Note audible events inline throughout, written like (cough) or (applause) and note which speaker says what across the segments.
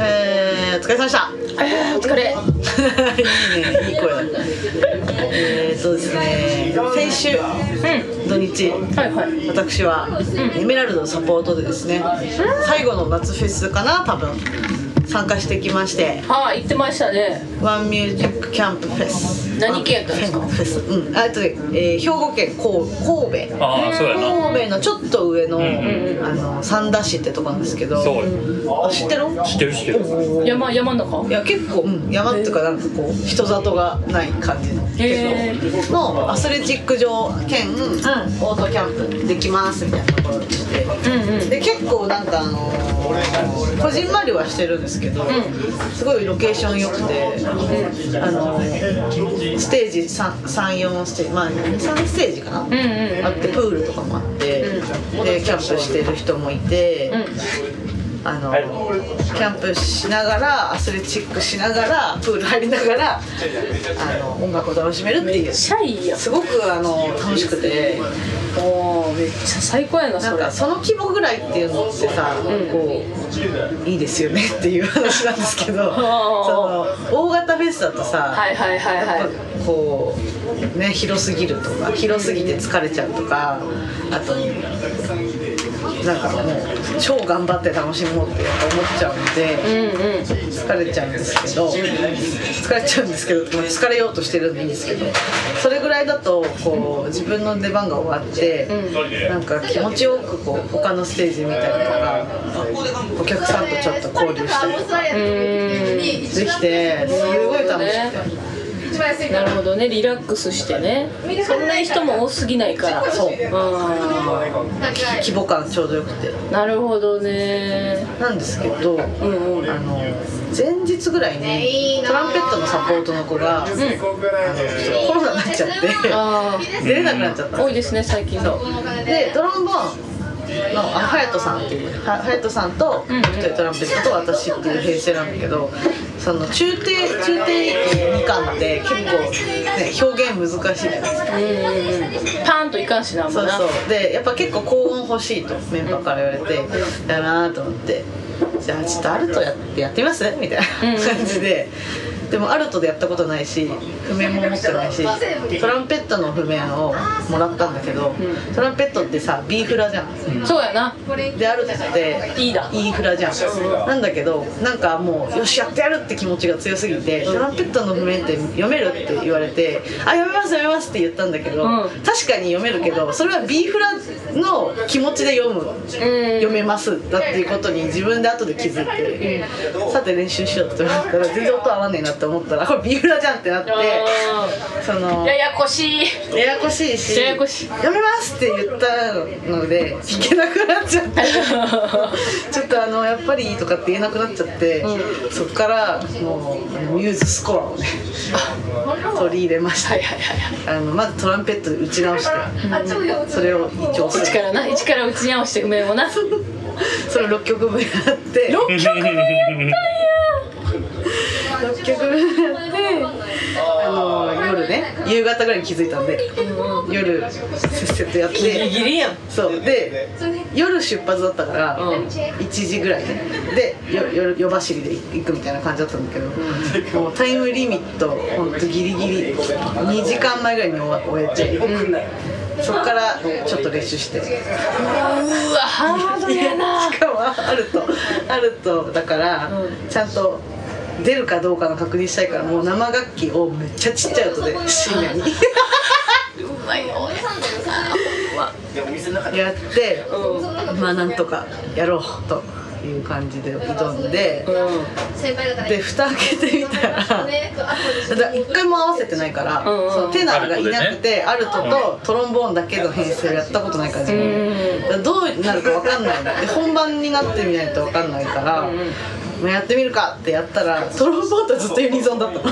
Speaker 1: えー、お疲れ様でした。
Speaker 2: えーお疲れ
Speaker 1: いいね、いい声だ。えーっとですね、先週、土日、
Speaker 2: はいはい
Speaker 1: 私は、エメラルドのサポートでですね、最後の夏フェスかな、多分、参加してきまして、
Speaker 2: あー行ってましたね
Speaker 1: ワンミュージックキャンプフェス。
Speaker 2: 何県やったんですか
Speaker 1: キャンプフェス。うん。ああと、えー兵庫県神神戸。
Speaker 3: ああそうやな
Speaker 1: 神戸のちょっと上の,、
Speaker 3: ん
Speaker 1: あの三田市ってとこなんですけど
Speaker 3: そう
Speaker 1: あ知ってる
Speaker 3: 知ってる知ってる
Speaker 2: 山山の中
Speaker 1: いや結構、うん、山っていうかなんかこう人里がない感じの
Speaker 2: えー、
Speaker 1: のアスレチック場兼、オートキャンプできますみたいなところにして、
Speaker 2: うんうん
Speaker 1: で結構なんかあのーこじんまりはしてるんですけど、すごいロケーション良くて、あのーステージ34ステージまあ23ステージかな、
Speaker 2: うんうん
Speaker 1: あってプールとかもあって、でキャンプしてる人もいて、あのキャンプしながらアスレチックしながらプール入りながらあの音楽を楽しめるっていう
Speaker 2: シャイや
Speaker 1: すごくあの楽しくて
Speaker 2: おーめっちゃ最高やな
Speaker 1: な
Speaker 2: そ
Speaker 1: ん
Speaker 2: れ
Speaker 1: かその規模ぐらいっていうのってさ、こういいですよねっていう話なんですけどその大型フェスだとさ、
Speaker 2: はいはいはいはい
Speaker 1: こうね広すぎるとか広すぎて疲れちゃうとかあとなんかもう超頑張って楽しもうってやっぱ思っちゃうの
Speaker 2: う
Speaker 1: で
Speaker 2: んうん
Speaker 1: 疲れちゃうんですけど疲れちゃうんですけどまあ疲れようとしてるんでいいんですけどそれぐらいだとこう自分の出番が終わってなんか気持ちよくこう他のステージ見たりとかお客さんとちょっと交流したりとか
Speaker 2: うーん
Speaker 1: できてすごい楽しくて。
Speaker 2: なるほどねリラックスしてねそんな人も多すぎないから
Speaker 1: そう
Speaker 2: あ
Speaker 1: 規模感ちょうどよくて
Speaker 2: ーなるほどね
Speaker 1: なんですけど、
Speaker 2: うんうん
Speaker 1: あの前日ぐらいにトランペットのサポートの子が、ちょっとコロナになっちゃっ
Speaker 2: あ
Speaker 1: て出れなくなっちゃった
Speaker 2: あ多いですね最近の
Speaker 1: でドロンボーンのあハヤトさんっていうはハヤトさんと
Speaker 2: んうん
Speaker 1: 一人トランペットと私っていう編成なんだけどその中低中低2巻って結構、ね、表現難しいじゃないですか
Speaker 2: うんうんうんパーンといかんしなあんま
Speaker 1: そう
Speaker 2: な
Speaker 1: そうでやっぱ結構高音欲しいとメンバーから言われてだなと思ってじゃあちょっとアルトやってやってみますみたいな感じで。でもアルトでやったことないし譜面も持ってないしトランペットの譜面をもらったんだけど、トランペットってさ B フラじゃん
Speaker 2: そうやな
Speaker 1: でアルトって
Speaker 2: いいだ
Speaker 1: いいフラじゃんなんだけどなんかもうよしやってやるって気持ちが強すぎてトランペットの譜面って読めるって言われてあ読めます読めますって言ったんだけど、
Speaker 2: うん
Speaker 1: 確かに読めるけどそれは B フラの気持ちで読む読めますだっていうことに自分で後で気づいて、さて練習しようって思ったら全然音合わねえなって思ったら (laughs) これ B フラじゃんってなって
Speaker 2: あ
Speaker 1: その
Speaker 2: ーややこ (laughs) しい
Speaker 1: ややこしいし
Speaker 2: ややこしい
Speaker 1: やめますって言ったので弾けなくなっちゃってちょっとあのやっぱりとかって言えなくなっちゃって、そこからもうミューズスコアをね取り入れました、
Speaker 2: はいはいはいはい
Speaker 1: あのまずトランペットで打ち直して、それを一応
Speaker 2: 一からな一から打ち直して譜面をな
Speaker 1: それ6曲分やって
Speaker 2: 六曲目
Speaker 1: 6曲分やってあの夜ね夕方ぐらいに気づいたんで、夜せっせとやって
Speaker 2: ギリギリやん
Speaker 1: そうで夜出発だったから、
Speaker 2: うん
Speaker 1: 1時ぐらいねでよ夜夜走りで行くみたいな感じだったんだけど、もうタイムリミットほんとギリギリ2時間前ぐらいに終わ終えて、そこからちょっと練習して
Speaker 2: うわハードやな
Speaker 1: しかもあるとあるとだから、ちゃんと出るかどうかの確認したいからもう生楽器をめっちゃちっちゃい音で深夜に (laughs)
Speaker 2: うまいよ
Speaker 1: やって、まあなんとかやろうという感じで挑んで。で蓋開けてみたらだから一回も合わせてないから、
Speaker 2: んうん
Speaker 1: そのテナーがいなくて、アルトとトロンボーンだけの編成をやったことないから自分でだからどうなるか分かんないので本番になってみないと分かんないから、まあやってみるかってやったらトロンボーンとずっとユニゾンだったの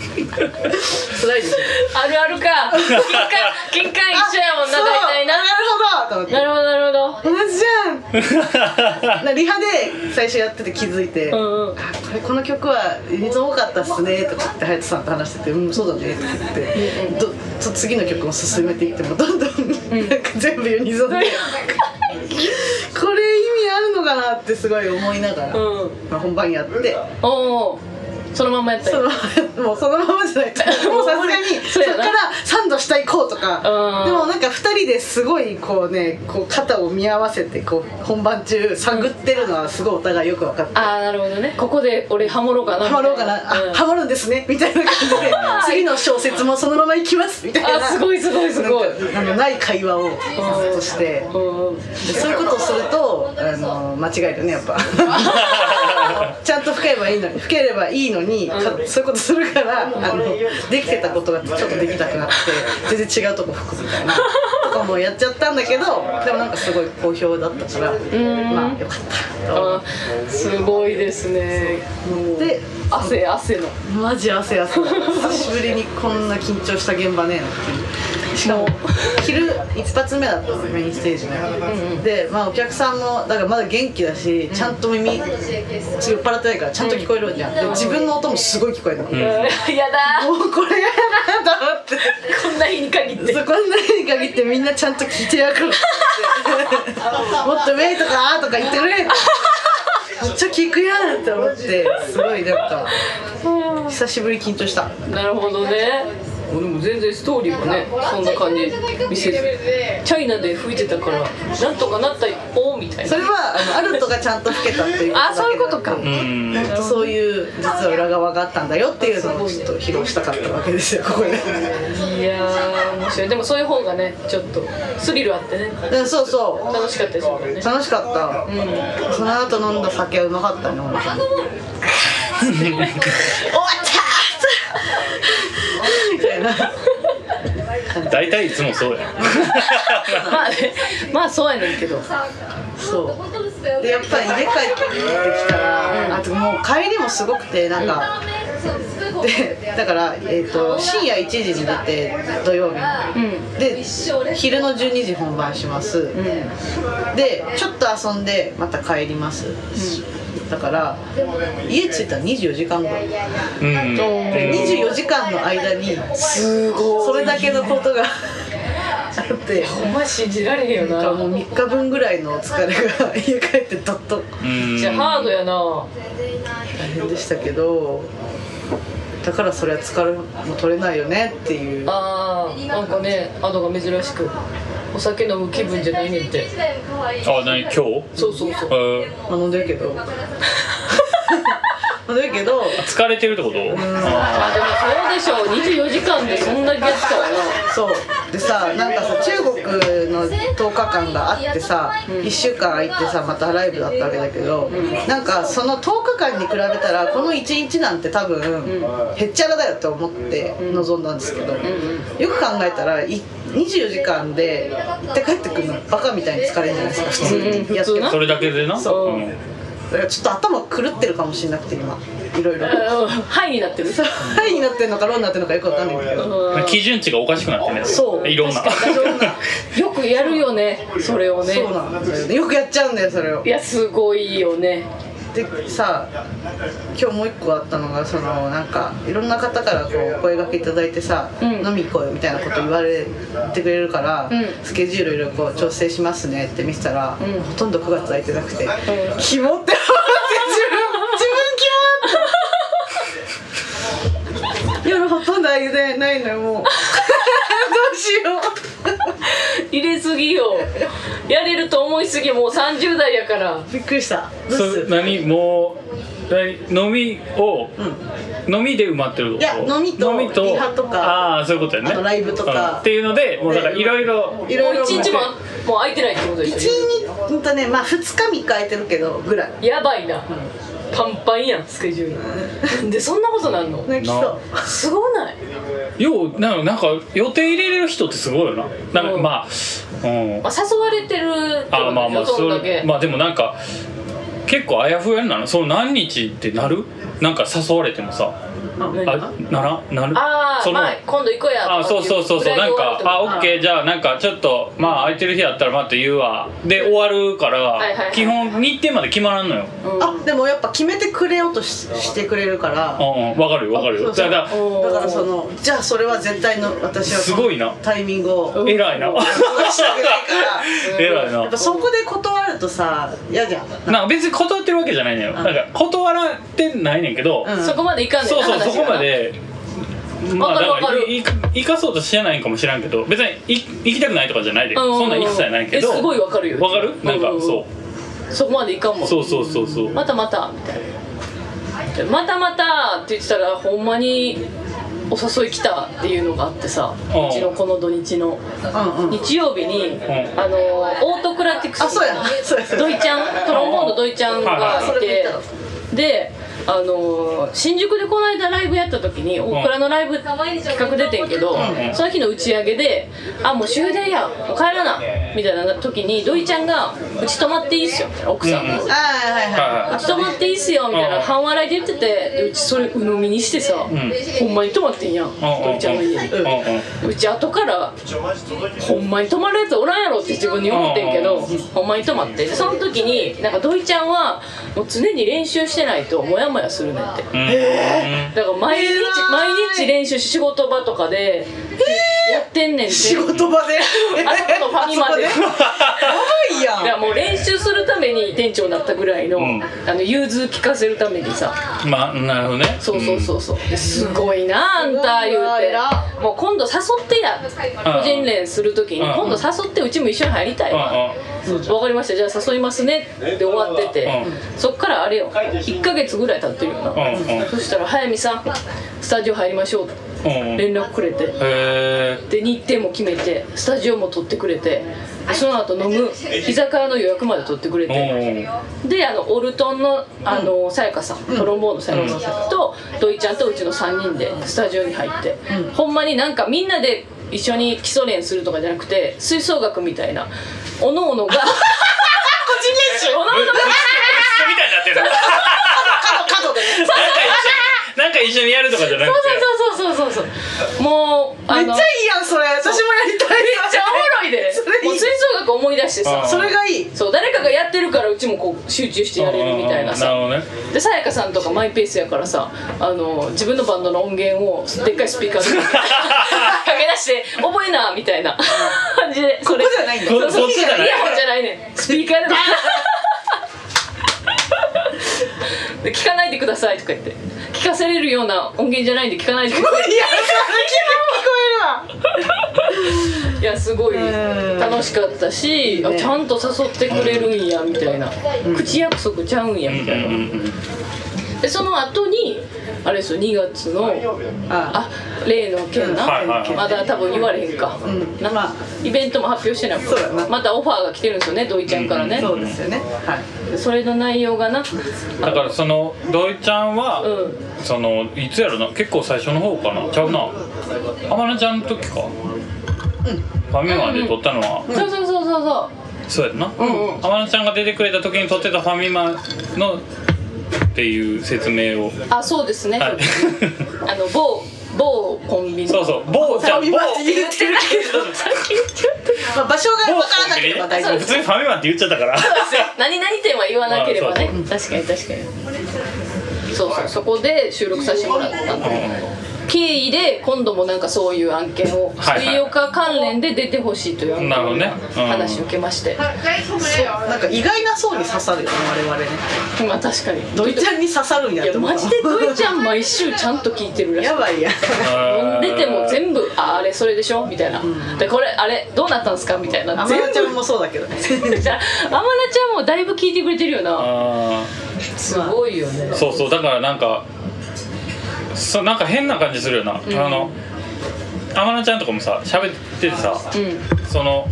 Speaker 1: 辛いでしょ
Speaker 2: あるあるか (laughs) 金貨金貨一緒やもんな
Speaker 1: そう
Speaker 2: 大体な
Speaker 1: なるほどと思って
Speaker 2: なるほどなるほど
Speaker 1: 同じじゃんなリハで最初やってて気づいて「
Speaker 2: んうん
Speaker 1: あこれこの曲はユニゾン多かったっすね」とかって隼人さんと話してて「うんそうだね」って言ってどと次の (laughs) 曲も進めていってもどんどんなんか全部ユニゾンで「これいってすごい思いながら、
Speaker 2: うん
Speaker 1: まあ、本番やって
Speaker 2: おおそのまんまやった
Speaker 1: そ
Speaker 2: よ
Speaker 1: のもうそのままじゃないと (laughs) もうさすがにそ
Speaker 2: そうや
Speaker 1: っ
Speaker 2: な
Speaker 1: からサンドしたいこうとか
Speaker 2: うん
Speaker 1: でもなんか2人ですごいこうねこう肩を見合わせてこう本番中探ってるのはすごいお互いよく分かって。
Speaker 2: ああなるほどねここで俺ハモろうかなみ
Speaker 1: ハマ
Speaker 2: たい
Speaker 1: ろうかな、あ
Speaker 2: ん
Speaker 1: ハマるんですねみたいな感
Speaker 2: (laughs)
Speaker 1: じで次の小説もそのままいきますみたいな
Speaker 2: あすごいすごいすごい
Speaker 1: なんかあのない会話をずっとして
Speaker 2: うんうん
Speaker 1: でそういうことをするとあの間違えるね
Speaker 2: (laughs)
Speaker 1: やっぱちゃんと吹ければいいのに吹ければいいのに、かそういうことするからあのできてたことがちょっとできなくなって全然違うとこ吹くみたいなとかもやっちゃったんだけどでもなんかすごい好評だったから
Speaker 2: ん
Speaker 1: まあよかったと思
Speaker 2: あすごいですねもう
Speaker 1: で
Speaker 2: 汗汗の
Speaker 1: マジ汗汗久しぶりにこんな緊張した現場ねえなっていうしかも昼一発目だったのメインステージの、で、まあ、お客さんもだからまだ元気だしちゃんと耳酔っ払ってないからちゃんと聞こえるじゃんで自分の音もすごい聞こえるの、も
Speaker 2: うんやだ
Speaker 1: うこれやだなと思っ
Speaker 2: ーこんな日に限って
Speaker 1: てそこんなに限ってみんなちゃんと聞いてやるからってもっと「ウェイ」とか「あ」とか言ってくれってめっちゃ聞くやんって思ってすごいなんか久しぶりに緊張した
Speaker 2: なるほどね俺も全然ストーリーもねそんな感じ見せずチャイナで吹いてたからなんとかなったよおーみたい
Speaker 1: そ
Speaker 2: な
Speaker 1: れはあのアルトがちゃんと老けたっていう
Speaker 2: あそういうことか
Speaker 3: うん
Speaker 1: だけでそういう実は裏側があったんだよっていうのをちょっと披露したかったわけですよここで
Speaker 2: いやー面白いでもそういう方がねちょっとスリルあってね
Speaker 1: でそうそ
Speaker 2: 楽しかったですもんね
Speaker 1: う楽しかった、その後飲んだ酒はうまかったね本当に終わったみたいな
Speaker 3: 大体いつもそうやん
Speaker 2: まあねまあそうやねんけど
Speaker 1: そうでやっぱり家帰ってきたらあともう帰りもすごくてなんか、でだから、えー、と深夜1時に出て土曜日、で昼の12時本番します、でちょっと遊んでまた帰ります、だから家着いたら24時間後
Speaker 3: うん
Speaker 1: 24時間の間にすごいそれだけのことが (laughs) あって
Speaker 2: お前信じられへんよ
Speaker 1: なんかも
Speaker 2: な
Speaker 1: う3日分ぐらいのお疲れが家帰ってどっと
Speaker 3: うん
Speaker 2: じゃあハードやな
Speaker 1: 大変でしたけどだからそれは疲れも取れないよねっていう
Speaker 2: あーなんかねアドが珍しくお酒飲む気分じゃないねんって
Speaker 3: あ何今日
Speaker 2: そうそうそう
Speaker 3: えー
Speaker 1: まあ飲んでるけ (laughs) ど飲んでるけど
Speaker 3: 疲れてるってことあ
Speaker 2: あでもそうでしょ24時間でそんだけやってたらな
Speaker 1: そうでさなんかさ中国の10日間があってさ、1週間空いてさまたライブだったわけだけど、なんかその10日間に比べたらこの1日なんて多分へっちゃらだよって思って臨んだんですけど、よく考えたらい24時間で行って帰ってくるのバカみたいに疲れるじゃないですか普通
Speaker 2: うん
Speaker 1: にやって
Speaker 2: 普通
Speaker 1: る
Speaker 3: ー
Speaker 2: な
Speaker 3: それだけでな
Speaker 2: そう
Speaker 3: うん
Speaker 1: だからちょっと頭狂ってるかもしれなくて今いろいろ。
Speaker 2: あはいになってる
Speaker 1: そうハイになってんのかローになってんのかよくわかんないんだけど。
Speaker 2: うん
Speaker 3: 基準値がおかしくなってね
Speaker 1: そう
Speaker 3: いろんな
Speaker 2: よくやるよねそれをね
Speaker 1: そうなんだよねよくやっちゃうんだよそれを
Speaker 2: いやすごいよね
Speaker 1: でさ今日もう一個あったのがそのなんかいろんな方からこうお声がけいただいてさ、
Speaker 2: ん
Speaker 1: 飲み行こうよみたいなこと言われてくれるから、
Speaker 2: ん
Speaker 1: スケジュールいろいろこう調整しますねって見せたら、ほとんど9月空いてなくて「キモ」って思って自分自分キモって夜ほとんど空いてないのよもう (laughs) どうしよ
Speaker 2: (laughs) 入れすぎよやれると思いすぎもう30代やから
Speaker 1: うびっくりしたどう
Speaker 3: そ
Speaker 1: す
Speaker 3: れ
Speaker 1: る
Speaker 3: 何もう何飲みを、飲みで埋まってること
Speaker 1: いや飲みとリハとか
Speaker 3: ああーそういうことやね
Speaker 1: あとライブとか
Speaker 3: うんっていうのでもうだからいろいろ
Speaker 1: い
Speaker 2: も
Speaker 1: ろ
Speaker 2: う
Speaker 1: いろ
Speaker 2: 一日ももう空いてないってことで
Speaker 1: 1
Speaker 2: し
Speaker 1: 日ほんとねまあ2日3日空いてるけどぐらい
Speaker 2: ょやばいなパンパンやんスケジュールなんでそんなことなんの
Speaker 1: ねきそう
Speaker 2: すごない
Speaker 3: ようなんかなんか予定入れれる人ってすごいよななんか
Speaker 2: うん
Speaker 3: まあうん
Speaker 2: まあ誘われてるって
Speaker 3: あ
Speaker 2: こ
Speaker 3: ーまあ
Speaker 2: と
Speaker 3: ま
Speaker 2: でし
Speaker 3: あ
Speaker 2: ょど
Speaker 3: そ
Speaker 2: んだ
Speaker 3: れ
Speaker 2: け
Speaker 3: まあでもなんか結構あやふやになのその何日ってなるなんか誘われてもさ
Speaker 1: うん
Speaker 3: あならなる
Speaker 2: ああ
Speaker 3: その
Speaker 2: まあ今度行こうや
Speaker 3: あそうそうそうそうなんか「あオッケ
Speaker 2: ー
Speaker 3: ーじゃあなんかちょっとまあ空いてる日やったらまた言うわ」で終わるから、
Speaker 2: いはいはい
Speaker 3: 基本日程まで決まらんのよ
Speaker 1: あでもやっぱ決めてくれようとししてくれるから
Speaker 3: うんうんわかるよわかる
Speaker 1: そ
Speaker 3: よ
Speaker 1: うそう
Speaker 3: だから
Speaker 1: だからそのじゃあそれは絶対の私は
Speaker 3: すごいな
Speaker 1: タイミングを
Speaker 2: うん
Speaker 3: 偉い (laughs) な
Speaker 1: 逃したくないから
Speaker 3: 偉い
Speaker 1: やっぱ
Speaker 3: な
Speaker 1: そこで断るとさ嫌じゃん
Speaker 3: なんか別に断ってるわけじゃないのよ
Speaker 1: ん
Speaker 3: なんか断られてないねんけど、
Speaker 1: うん
Speaker 2: そこまで行かんねん
Speaker 3: そうそう
Speaker 2: 話
Speaker 3: そ
Speaker 2: が
Speaker 3: こまでまあ
Speaker 2: わか
Speaker 3: だ
Speaker 2: る
Speaker 3: か
Speaker 2: わからる
Speaker 3: いい生かそうとしてないんかもしらんけど別にい行きたくないとかじゃないで
Speaker 2: うんうんうん
Speaker 3: そんなん一切ないけど
Speaker 2: えすごいわかるよ
Speaker 3: わかるなんか
Speaker 2: うんうんうん
Speaker 3: そ
Speaker 2: そこまで行かんも
Speaker 3: うんそうそうそうそう
Speaker 2: またまたみたいなまたまたって言ってたらほんまにお誘い来たっていうのがあってさ
Speaker 3: うん
Speaker 2: うちのこの土日の
Speaker 1: うんうん
Speaker 2: 日曜日に、
Speaker 3: ん
Speaker 2: あのオートクラティクス
Speaker 1: あそうやそうやそうや
Speaker 2: ドイちゃんトロンボーンのドイちゃんが
Speaker 1: はい
Speaker 2: い
Speaker 1: はいそれ
Speaker 2: て
Speaker 1: 見
Speaker 2: であの新宿でこの間ライブやった時に大倉のライブ企画出てんけど、
Speaker 3: うん
Speaker 2: その日の打ち上げで「あもう終電やもう帰らな」みたいな時にドイちゃんが「うち泊まっていいっすよ」みたいな奥さんが
Speaker 3: うんうん
Speaker 1: ああはいはい
Speaker 3: は
Speaker 2: うち泊まっていいっすよみたい
Speaker 3: うん
Speaker 2: な半笑いで言っててでうちそれ鵜呑みにしてさ、
Speaker 3: ん
Speaker 2: ほんまに泊まってんやんドイちゃんの家に
Speaker 3: いはいうんうんうん
Speaker 2: うち後からほんまに泊まるやつおらんやろって自分に思ってんけど
Speaker 3: うん
Speaker 2: ほんまに泊まってでその時になんか土井ちゃんはもう常に練習してないとモヤモヤするねんって
Speaker 3: え
Speaker 2: だから毎日
Speaker 1: 偉い
Speaker 2: 毎日練習し仕事場とかでやってんねんって
Speaker 1: 仕事場で
Speaker 2: あそこのファミマで
Speaker 1: あそこでやばい
Speaker 2: だか
Speaker 1: や
Speaker 2: らもう練習するために店長になったぐらいの,、
Speaker 3: ん
Speaker 2: あの融通聞かせるためにさ
Speaker 3: まあなるほどね
Speaker 2: そうそうそうそう、ですごいなあんた言
Speaker 1: うわ
Speaker 2: うて
Speaker 1: 偉
Speaker 2: もう今度誘ってや個人連するときに
Speaker 3: うん
Speaker 2: 今度誘ってうちも一緒に入りたい
Speaker 3: うん
Speaker 2: わわかりましたじゃあ誘いますねで終わってて、
Speaker 3: う
Speaker 2: そっからあれよ1ヶ月ぐらい経ってるよな、
Speaker 3: うんうん
Speaker 2: そしたら「速水さんスタジオ入りましょう」と
Speaker 3: うんうんへ
Speaker 2: 連絡くれて
Speaker 3: え
Speaker 2: で日程も決めてスタジオも取ってくれてでその後飲む居酒屋の予約まで取ってくれ
Speaker 3: う
Speaker 2: て
Speaker 3: (laughs) ん
Speaker 2: であのオルトンのあのさやかさんトロンボーンのさやかさんと土井ちゃんとうちの3人でスタジオに入って、ほんまになんかみんなで一緒に基礎練するとかじゃなくて吹奏楽みたいなおのお (laughs) のが
Speaker 1: 個人練習
Speaker 2: おのおのが
Speaker 3: 人みたいになってる (laughs)
Speaker 1: 角でね
Speaker 3: なんか一緒に (laughs) やるとかじゃなくて
Speaker 2: そうそうそうそうそうそうもう
Speaker 1: めっちゃい
Speaker 2: の
Speaker 1: いやんそれ私もやりたいめ
Speaker 2: めっちゃおもろいで
Speaker 1: それいい
Speaker 2: もう吹奏楽思い出してさ
Speaker 3: うん
Speaker 1: それがいい
Speaker 2: そう誰かがやってるからうちもこう集中してやれるみたいなさ
Speaker 3: うんうんうんなるほどね
Speaker 2: でさやかさんとかマイペースやからさあの自分のバンドの音源をでっかいスピーカ
Speaker 1: (laughs)
Speaker 2: ーでかけ出して「覚えな」みたいな感じでそれ
Speaker 1: ここじゃないんだ
Speaker 3: こ
Speaker 2: そうそう
Speaker 3: こっちじゃない
Speaker 2: イヤホンじゃないねんスピーカーでで聞かないでくださいとか言って聞かせれるような音源じゃないんで聞かないでくださ
Speaker 1: (laughs)
Speaker 2: い
Speaker 1: いやそれ聞こ
Speaker 2: いやすごい
Speaker 1: うん
Speaker 2: 楽しかったし、あちゃんと誘ってくれるんやみたいな、口約束ちゃうんやみたいな、
Speaker 3: うんうんうん
Speaker 2: でその後にあれですよ2月の
Speaker 1: えるわあ
Speaker 2: あ例の件な、
Speaker 3: はいはいはい
Speaker 2: まだ多分言われへんか、
Speaker 1: ん
Speaker 2: な
Speaker 1: まあ
Speaker 2: イベントも発表してないもん
Speaker 1: そうだな
Speaker 2: またオファーが来てるんですよね土井ちゃんからね、
Speaker 1: そうですよねはい
Speaker 2: それの内容がな
Speaker 3: だからその土井ちゃんは、
Speaker 2: うん
Speaker 3: そのいつやろな結構最初の方かなちゃうな天菜ちゃんの時か、ファミマで撮ったのは、
Speaker 2: そうそうそうそうそう
Speaker 3: そうやんな、
Speaker 2: んうん
Speaker 3: 天菜ちゃんが出てくれた時に撮ってたファミマのっていう説明を
Speaker 2: あそうですね、
Speaker 3: はい
Speaker 2: あの某某コンビニ
Speaker 3: (laughs) そうそう某じゃあ
Speaker 1: フ
Speaker 3: 某
Speaker 1: ァミマって
Speaker 2: 言ってないけどさっき言っちゃった
Speaker 1: まあ場所が
Speaker 3: 某
Speaker 1: わ
Speaker 3: コ
Speaker 1: からな
Speaker 3: ン
Speaker 1: け
Speaker 3: ビ
Speaker 1: れば大丈
Speaker 3: ニ普
Speaker 1: 夫
Speaker 3: 通にファミマって言っちゃったから
Speaker 2: 何々店は言わなければね
Speaker 3: あ
Speaker 2: 確かに確かにそうそうそこで収録させてもらったんで経緯で今度もなんかそういう案件を
Speaker 3: はいはい
Speaker 2: 水曜日関連で出てほしいという案
Speaker 3: なるほど
Speaker 2: 件
Speaker 3: ねうん
Speaker 2: を話を受けまして、
Speaker 1: なんか意外な層に刺さるよね我々ね
Speaker 2: まあ確かに
Speaker 1: ドイちゃんに刺さるん
Speaker 2: い
Speaker 1: や
Speaker 2: や
Speaker 1: と思った
Speaker 2: マジでドイちゃん毎週ちゃんと聞いてるらしい
Speaker 1: やばいやん
Speaker 2: 飲んでても
Speaker 3: 部
Speaker 2: 全部「ああれそれでしょ」みたいな「でこれあれどうなったんですか?」みたいな
Speaker 1: 天
Speaker 2: 全
Speaker 1: 菜
Speaker 2: 部
Speaker 1: ちゃんもそうだけどね
Speaker 2: じゃあ (laughs) 天菜ちゃんもだいぶ聞いてくれてるよなすごいよね
Speaker 3: そうそうだからなんかそうなんか変な感じするよな、あの天菜ちゃんとかもさ喋っててさ、
Speaker 2: うんうん
Speaker 3: その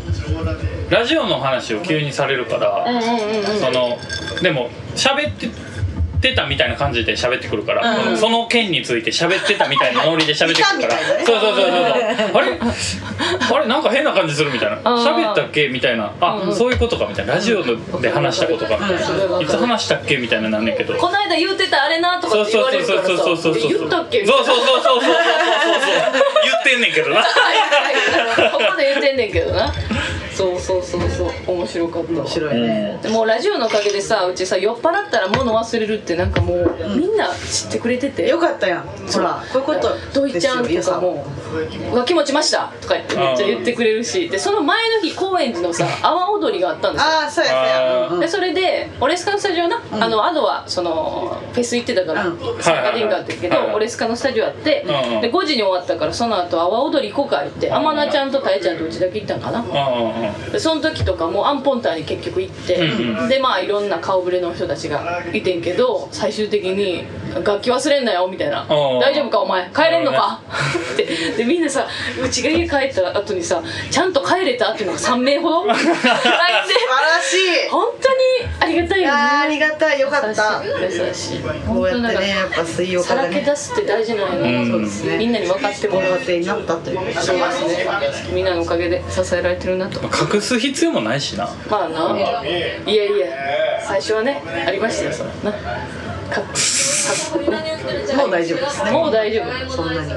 Speaker 3: ラジオの話を急にされるから、
Speaker 2: うんうんうん
Speaker 3: そのでも喋ってってたみたいな感じで喋ってくるから、
Speaker 1: うん
Speaker 3: その件について喋ってたみたいなノリで喋ってくるから
Speaker 1: いたみたいなね
Speaker 3: そうそうそうそうそうあれあれなんか変な感じするみたいな
Speaker 2: あー
Speaker 3: 喋ったっけみたいなあ、
Speaker 2: うん
Speaker 3: そういうことかみたいなラジオで話したことかみたいな、
Speaker 2: うん
Speaker 3: いつ話したっけみたいななんねんけど
Speaker 2: この間言ってたあれなとか
Speaker 3: そ
Speaker 2: っ
Speaker 3: う
Speaker 2: て言
Speaker 3: そう
Speaker 2: われるか
Speaker 3: そう
Speaker 2: らさ
Speaker 3: そうそうそうそう
Speaker 2: 言ったっけ
Speaker 3: そう
Speaker 2: (laughs)
Speaker 3: そうそうそうそうそうそう言ってんねんけどな
Speaker 2: ここで言ってんねんけどなそうそうそうそう面白かった
Speaker 1: 面白いね、
Speaker 2: でもうラジオのおかげでさうちさ酔っ払ったら物忘れるってなんかもう、みんな知ってくれてて
Speaker 1: よかったやんほらこういうこと
Speaker 2: 土井ちゃん
Speaker 1: ですよ
Speaker 2: とかも「浮気持ちました」とか言ってめっちゃ言ってくれるしでその前の日高円寺のさ阿波踊りがあったんですよ
Speaker 1: ああそうやそうや、
Speaker 3: あー
Speaker 1: うんうん
Speaker 2: でそれでオレスカのスタジオな、
Speaker 1: ん
Speaker 2: あのアドはそのフェス行ってたから、
Speaker 1: うん
Speaker 2: サッカーディンガーって言うけど、
Speaker 3: はいはいはい
Speaker 2: オレスカのスタジオあって、
Speaker 3: うんうん
Speaker 2: で5時に終わったからその後阿波踊り行こうか言って
Speaker 3: んうん
Speaker 2: 天菜ちゃんとたえちゃんとうちだけ行ったんかな、
Speaker 3: うんうんうん
Speaker 2: でその時とかもうアンポンターに結局行って、
Speaker 3: うんうん
Speaker 2: でまあいろんな顔ぶれの人たちがいてんけど最終的に「楽器忘れんなよ」みたいな「
Speaker 3: おう
Speaker 2: 大丈夫かお前帰れんのか?」ってでみんなさうちが家帰った後にさ「ちゃんと帰れた?」っていうのが3名
Speaker 3: (laughs)
Speaker 2: ほど LINE で
Speaker 1: 素晴らしい
Speaker 2: 本当にありがたい
Speaker 1: い
Speaker 2: よ
Speaker 1: やーあ
Speaker 2: ね
Speaker 1: りがたいよかった
Speaker 2: 優しい優しい
Speaker 1: こうやって
Speaker 2: 本当
Speaker 1: ね
Speaker 2: な
Speaker 1: や
Speaker 2: ん
Speaker 1: っ
Speaker 2: か
Speaker 1: ぱ水曜か
Speaker 2: さ
Speaker 1: ら
Speaker 2: らけ
Speaker 1: ね
Speaker 2: 出すって大事なの
Speaker 3: うん
Speaker 2: よ
Speaker 1: そうですね
Speaker 2: みんなに分かっても
Speaker 1: ご
Speaker 2: らう
Speaker 1: 家庭になったという
Speaker 2: ありますねみんなのおかげで支えられてるなと
Speaker 3: 隠す必要もないしな
Speaker 2: まあないやいや最初はねありましたよそのなかか
Speaker 1: もう大丈夫ですね
Speaker 2: もう大丈夫
Speaker 1: そんなに、はい、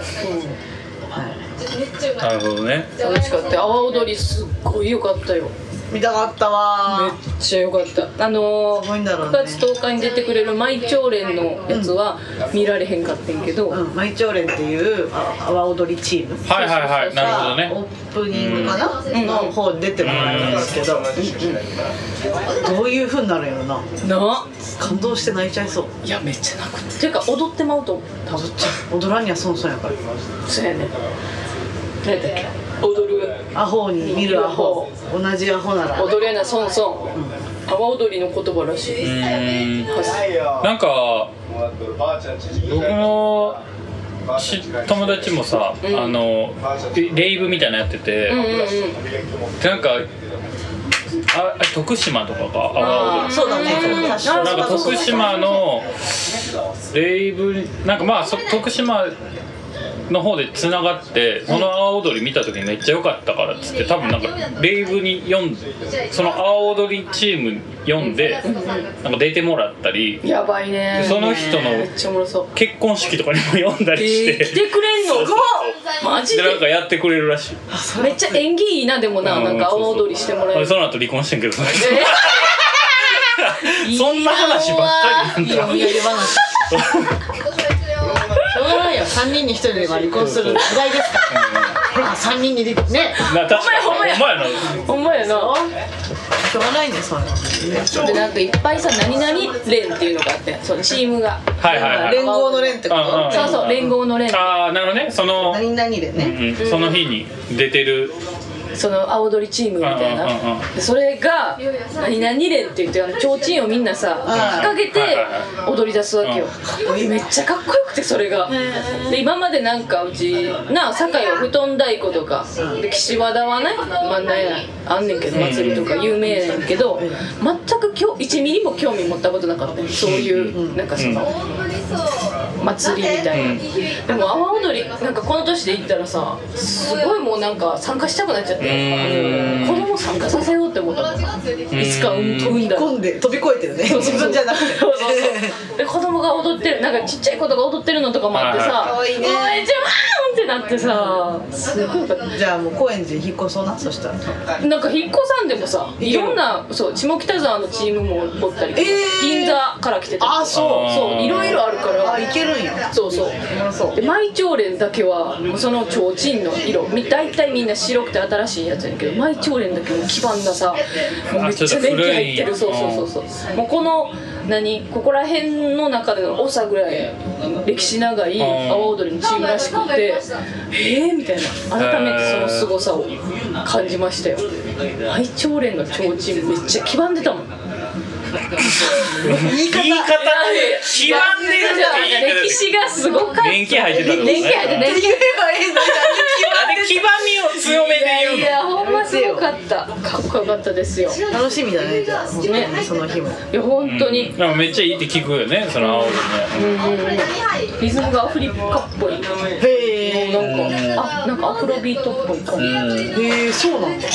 Speaker 3: なるほどね
Speaker 2: 楽しかった阿波踊りすっごい良かったよ
Speaker 1: 見たかった
Speaker 2: めっ
Speaker 1: わ
Speaker 2: ちゃ良かったあの
Speaker 1: すごいんだろ
Speaker 2: 9
Speaker 1: うね
Speaker 2: 月10日に出てくれる舞鳥連のやつは見られへんかってんけど、
Speaker 1: ーうん、マイチョーレンっていう阿波踊りチーム
Speaker 3: はいはいはいなるほどね
Speaker 1: オープニングかな、の方に出てもらえたんですけど、どういう風になるんやろな
Speaker 2: な
Speaker 1: 感動して泣いちゃいそう
Speaker 2: いやめっちゃ泣くっていうか踊ってまうと思う多分
Speaker 1: 踊らんには損損やから
Speaker 2: そうやね何やったっけ踊る
Speaker 1: アホに見るアホ同じアホなら
Speaker 2: 踊れなそんそん阿波踊りの言葉らし
Speaker 3: う
Speaker 2: い
Speaker 3: ーん
Speaker 4: な
Speaker 3: なんんか僕
Speaker 4: 僕
Speaker 3: のし
Speaker 4: し
Speaker 3: 友達もさ、
Speaker 2: ん
Speaker 3: あのレイブみたいなのやってて、
Speaker 2: うんうんうん
Speaker 3: なんかあ徳島とかか阿波踊り
Speaker 1: そうだね
Speaker 2: うん
Speaker 1: 確かに
Speaker 3: なんか徳島のレイブなんかまあそ徳島の方でつながってその阿波踊り見た時めっちゃ良かったからっつって多分なんかレイブに読んその阿波踊りチーム読んでなんか出てもらったり
Speaker 2: やばいね
Speaker 3: その人の
Speaker 2: めっちゃおもろそう
Speaker 3: 結婚式とかにも読んだ
Speaker 2: え
Speaker 3: りして、
Speaker 2: ー、来てくれんの
Speaker 3: そうそう
Speaker 2: うわマジで
Speaker 3: でなんかやってくれるらしい
Speaker 2: めっちゃ演技いいなでもななんか阿波踊りしてもらえる
Speaker 3: その後離婚してんけどその人
Speaker 2: えー
Speaker 3: そんな話ばっかりなんだ
Speaker 2: いやいや話
Speaker 5: しょうがないよ3人に1人で離婚する時代ですからほら3人にでね
Speaker 3: (laughs) な確かに
Speaker 2: ほんまや
Speaker 3: お前の
Speaker 2: ほんまやな
Speaker 1: しょうがないねそれ
Speaker 2: でなんかいっぱいさ何々連っていうのがあってそのチームが
Speaker 3: はいはいはい
Speaker 1: 連合の連ってこ
Speaker 3: うんうん
Speaker 1: と
Speaker 2: そうそう連合の連
Speaker 3: ああなるほどねその、
Speaker 1: 何々で
Speaker 3: う
Speaker 1: ね
Speaker 3: ん、その日に出てる
Speaker 2: その青鳥チームみたいな
Speaker 3: うんうんうんう
Speaker 2: でそれが何々連って言ってあの提灯をみんなさ引っ掛け
Speaker 3: はい
Speaker 2: て
Speaker 3: はい
Speaker 2: 踊り出すわけよ
Speaker 3: うん
Speaker 2: めっちゃかっこよくてそれがで今までなんかうちなあ堺は布団太鼓とかで岸和田はねまあなんやあんねんけど祭りとか有名やねんけど全くきょ1ミリも興味持ったことなかったよそういうなんかその祭りみたいな、でも阿波踊りなんかこの年で行ったらさすごいもうなんか参加したくなっちゃって
Speaker 3: うん
Speaker 2: 子供参加させようって思ったもんいつか産ん産んだら
Speaker 1: 飛んで飛び越えてるね自分じゃなくて
Speaker 2: そうそうそうで子供が踊ってるなんかちっちゃい子とか踊ってるのとかもあってさ「
Speaker 1: はいはい
Speaker 2: おいじゃーん!」ってなってさすごいよかっ
Speaker 1: (laughs) じゃあもう高円寺に引っ越そうなそしたら
Speaker 2: たなんか引っ越さんでもさいろんなそう下北沢のチームもおったりとか、
Speaker 1: えー
Speaker 2: 銀座から来てたりとか
Speaker 1: あそう
Speaker 2: そういろいろあるから
Speaker 1: あいけるんや
Speaker 2: そうそう
Speaker 1: そう
Speaker 2: で舞鳥蓮だけはもうその提灯の色み大体みんな白くて新しいやつやねんけど舞鳥蓮だけもう基盤がさもうめっちゃ電気入ってる
Speaker 3: あち
Speaker 2: そ
Speaker 3: ょっ
Speaker 2: う
Speaker 3: と古い
Speaker 2: そうそうそうもうこの何ここら辺の中での長ぐらい歴史長い阿波踊りのチームらしくてえーみたいな改めてその凄さを感じましたよ舞鳥蓮の提灯めっちゃ基盤で
Speaker 3: (laughs)
Speaker 2: たもん
Speaker 1: 言い方
Speaker 3: 言い方で極んでるって言い方で
Speaker 2: 歴史がすごかった
Speaker 3: 年季入ってたってことね
Speaker 2: 年季入ってた
Speaker 1: できればいいのに
Speaker 3: あれ黄ばみを強めで
Speaker 2: い
Speaker 3: 言うの
Speaker 2: やほんますごかったかっこよかったですよ
Speaker 1: 楽しみだねじゃあ、
Speaker 2: ね
Speaker 1: その日も
Speaker 2: いや本当に、
Speaker 3: うんでもめっちゃいいって聞くよねその青いね
Speaker 2: リズムがアフリカっぽいなんか
Speaker 1: へえ
Speaker 2: あなんかアフロビートっぽい感じ、
Speaker 3: うん
Speaker 1: へえそうなんだ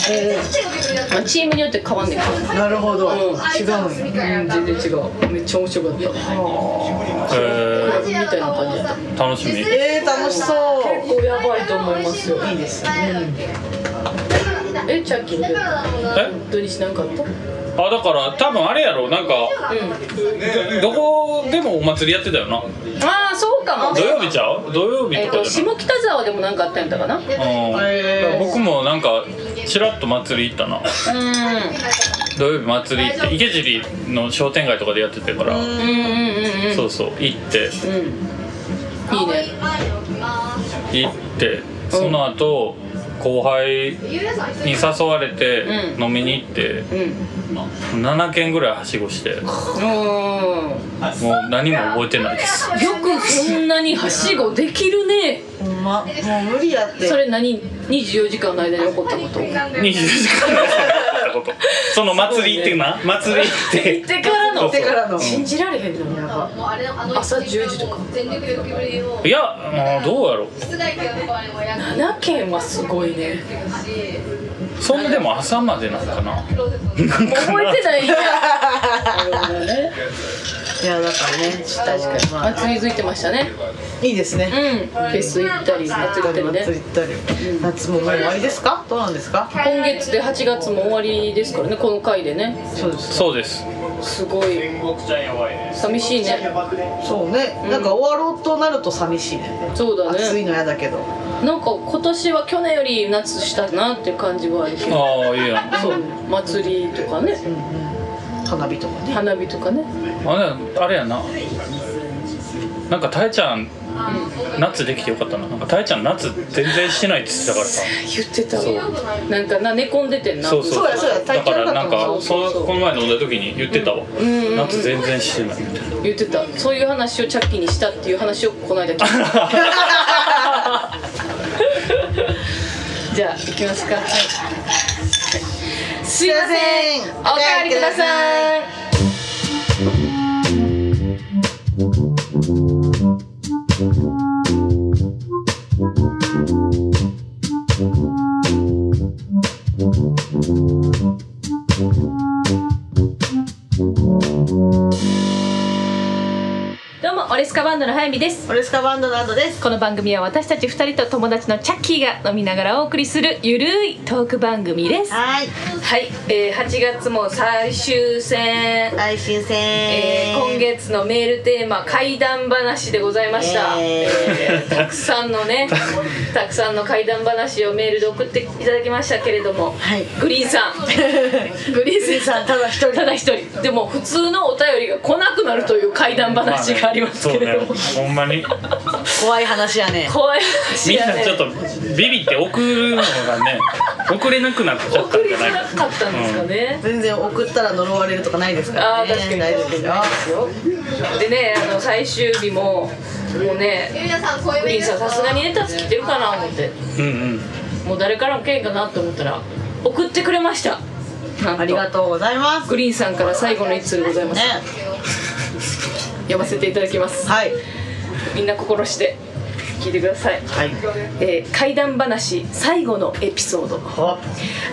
Speaker 2: まあチームによって変わんねんけど
Speaker 1: なるほど、
Speaker 2: うん
Speaker 1: 違うんや
Speaker 2: うん全然違うめっちゃ面白かったクラ
Speaker 3: え
Speaker 2: ブみたいな感じだった
Speaker 3: ー楽しみ
Speaker 1: えー、楽しそう
Speaker 2: こうやばいと思いますよ
Speaker 1: いいですね
Speaker 2: えチャッキー
Speaker 3: え
Speaker 2: 土日なんかあった
Speaker 3: あだから多分あれやろなんかどこでもお祭りやってたよな
Speaker 2: ああそうかも
Speaker 3: 土曜日ちゃう土曜日
Speaker 2: えっ、
Speaker 3: と
Speaker 2: と
Speaker 3: かじゃない、
Speaker 2: 下北沢でもなんかあったんやったかなうん
Speaker 3: うんだから僕もなんかちらっと祭り行ったな土曜日祭り行って池尻の商店街とかでやってたから
Speaker 2: うんうんうんうん
Speaker 3: そうそう行って
Speaker 2: うんいいね
Speaker 3: 行ってその後後輩に誘われて
Speaker 2: うん
Speaker 3: 飲みに行って
Speaker 2: うん
Speaker 3: 7軒ぐらいはしごしても
Speaker 2: うん
Speaker 3: う何も覚えてないです
Speaker 2: よくそんなにはしごできるね
Speaker 1: ほんまもう無理やって
Speaker 2: それ何24時間の間に起こったこと
Speaker 3: 24時間ぐらいしかなかったことその祭りっていうな祭りって
Speaker 2: 行ってからの
Speaker 3: そうそう
Speaker 1: てからの
Speaker 2: 信じられへんのやば
Speaker 4: 朝10時とか
Speaker 3: いや、もうどうやろう
Speaker 2: 7件はすごいね
Speaker 3: そんなでも朝までなんかな
Speaker 2: 覚えてないや
Speaker 1: いやだからねちょっと確かにまあ
Speaker 2: 祭りづいてましたね
Speaker 1: いいですね
Speaker 2: うんフェス行ったり祭り行ったり
Speaker 1: 夏
Speaker 2: ね
Speaker 1: 行ったり夏ももう終わりですかどうなんですか
Speaker 2: 今月で8月も終わりですからねこの回でね
Speaker 1: そうです
Speaker 3: そうです
Speaker 2: すごい寂しいね
Speaker 1: そうね、なんか終わろうとなると寂しいね
Speaker 2: そうだ
Speaker 1: 暑い
Speaker 2: ね
Speaker 1: の嫌だけど
Speaker 2: なんか今年は去年より夏したなっていう感じはあるけど
Speaker 3: ああいいやんあ
Speaker 2: そう祭りとかね
Speaker 1: 花火とかね
Speaker 2: 花火とかね
Speaker 3: れあれやななんかたえちゃん夏できてよかったななんかたえちゃん夏全然してないって言ってたからさ
Speaker 2: 言ってたわなんかな寝込んでてんな
Speaker 3: そうそう
Speaker 1: そうやそうや
Speaker 3: だからな
Speaker 1: 体調悪
Speaker 2: かったも
Speaker 3: んか
Speaker 2: んな
Speaker 3: そうこの前飲んだ時に言ってたわ
Speaker 2: んうん
Speaker 3: 夏全然してないみたいな
Speaker 2: 言ってたそういう話をチャッキーにしたっていう話をこの間聞いた (laughs) じゃあ行きますか、はい、すいませんおかわりくださいどうもオレスカバンドの早見です
Speaker 1: オレスカバンドなどです
Speaker 2: この番組は私たち二人と友達のチャッキーが飲みながらお送りするゆるいトーク番組ですは
Speaker 1: はい
Speaker 2: い、えー、8月も最終戦
Speaker 1: 最終戦、
Speaker 2: えー今月のメールテーマ「怪談話」でございました、
Speaker 1: え
Speaker 2: えーたくさんのねたくさんの怪談話をメールで送っていただきましたけれども、
Speaker 1: はい
Speaker 2: グリーンさんグリーン
Speaker 1: さんただ一人
Speaker 2: ただ一人でも普通のお便りが来なくなるという怪談話がありますけれども、
Speaker 3: そうねほんまに
Speaker 1: 怖い話やね
Speaker 2: 怖い話
Speaker 3: みん
Speaker 2: や
Speaker 3: な
Speaker 2: (laughs) ね
Speaker 3: ちょっとビビって送るのが
Speaker 2: (laughs)
Speaker 3: ね送れなくなっちゃった
Speaker 2: 送
Speaker 3: ん
Speaker 2: り
Speaker 3: じゃ
Speaker 2: づ
Speaker 3: ない
Speaker 2: らかったんですかね、
Speaker 1: 全然送ったら呪われるとかないですから、
Speaker 2: あ
Speaker 1: ね、
Speaker 2: ー確かに
Speaker 1: 大丈夫ですよ
Speaker 2: でねあの最終日ももうねグリーンさんさすがにネタつきてるかな思って
Speaker 3: うんうん
Speaker 2: もう誰からもけんかなと思ったら送ってくれましたなん
Speaker 1: ありがとうございます
Speaker 2: グリーンさんから最後の一通でございます、
Speaker 1: ね
Speaker 2: 読ませていただきます
Speaker 1: はい
Speaker 2: みんな心して聞いてください、
Speaker 1: はい
Speaker 2: えー、怪談話最後のエピソード
Speaker 1: お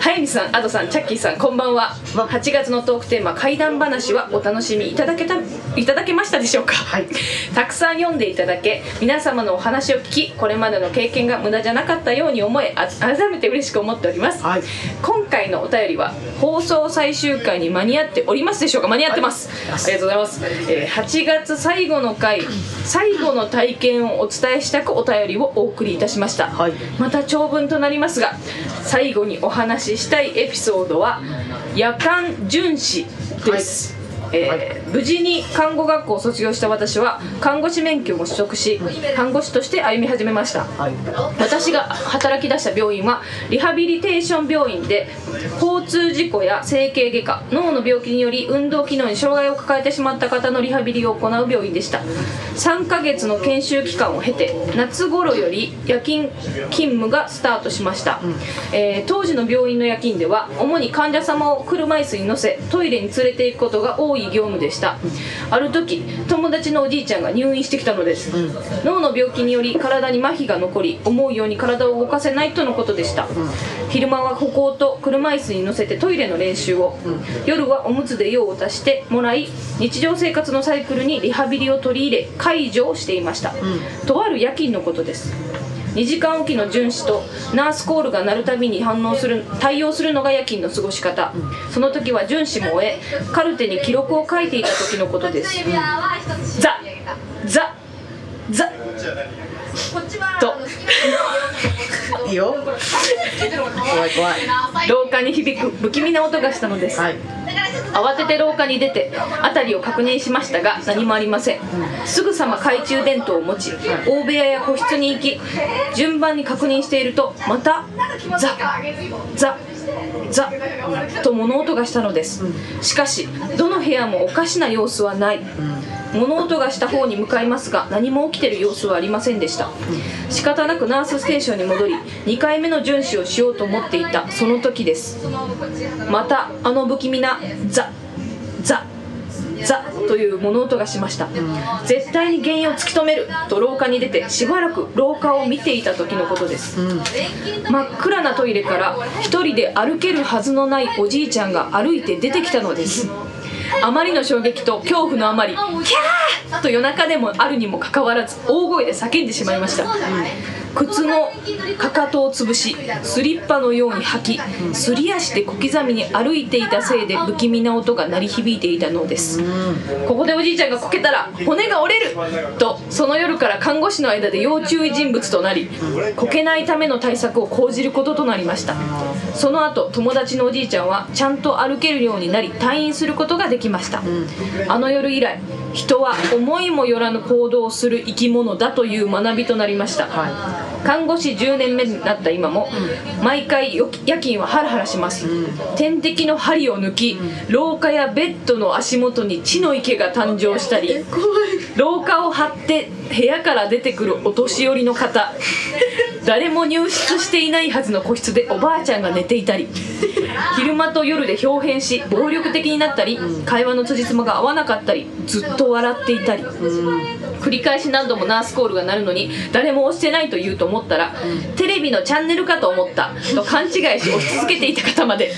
Speaker 2: 早見さん、アドさん、チャッキーさん、こんばんは。8月のトークテーマ、怪談話はお楽しみいただけた、いただけましたでしょうか。たくさん読んでいただけ、皆様のお話を聞き、これまでの経験が無駄じゃなかったように思え、あ改めて嬉しく思っております。
Speaker 1: はい
Speaker 2: 今回のお便りは放送最終回に間に合っておりますでしょうか間に合ってます、ありがとうございます、えー8月最後の回最後の体験をお伝えしたくお便りをお送りいたしました、
Speaker 1: はい
Speaker 2: また長文となりますが最後にお話ししたいエピソードは夜間巡視です、えー無事に看護学校を卒業した私は看護師免許も取得し看護師として歩み始めました私が働き出した病院はリハビリテーション病院で交通事故や整形外科脳の病気により運動機能に障害を抱えてしまった方のリハビリを行う病院でした3ヶ月の研修期間を経て夏頃より夜勤勤務がスタートしました、えー当時の病院の夜勤では主に患者様を車椅子に乗せトイレに連れて行くことが多い業務でしたある時友達のおじいちゃんが入院してきたのです、脳の病気により体に麻痺が残り思うように体を動かせないとのことでした、昼間は歩行と車椅子に乗せてトイレの練習を、夜はおむつで用を足してもらい日常生活のサイクルにリハビリを取り入れ解除をしていました、とある夜勤のことです2時間おきの巡視とナースコールが鳴るたびに反応する対応するのが夜勤の過ごし方その時は巡視も終えカルテに記録を書いていた時のことですザザザと
Speaker 1: いいよ怖い怖い
Speaker 2: 廊下に響く不気味な音がしたのです
Speaker 1: はい
Speaker 2: 慌てて廊下に出て辺りを確認しましたが何もありませんすぐさま懐中電灯を持ち大部屋や個室に行き順番に確認しているとまたザザザと物音がしたのですしかしどの部屋もおかしな様子はない物音がした方に向かいますが何も起きている様子はありませんでした仕方なくナースステーションに戻り2回目の巡視をしようと思っていたその時ですまたあの不気味なザザザという物音がしました、絶対に原因を突き止めると廊下に出てしばらく廊下を見ていた時のことです、真っ暗なトイレから一人で歩けるはずのないおじいちゃんが歩いて出てきたのですあまりの衝撃と恐怖のあまり「キャー!」と夜中でもあるにもかかわらず大声で叫んでしまいました、靴のかかとを潰しスリッパのように履きすり足で小刻みに歩いていたせいで不気味な音が鳴り響いていたのですここでおじいちゃんがこけたら骨が折れるとその夜から看護師の間で要注意人物となりこけないための対策を講じることとなりましたその後友達のおじいちゃんはちゃんと歩けるようになり退院することができましたあの夜以来人は思いもよらぬ行動をする生き物だという学びとなりました、看護師10年目になった今も、毎回よ夜勤はハラハラします、点滴の針を抜き、廊下やベッドの足元に血の池が誕生したり廊下を張って部屋から出てくるお年寄りの方誰も入室していないはずの個室でおばあちゃんが寝ていたり昼間と夜で表変し暴力的になったり会話の辻褄が合わなかったりずっと笑っていたり繰り返し何度もナースコールが鳴るのに誰も押してないと言うと思ったらテレビのチャンネルかと思ったと勘違いし押し続けていた方まで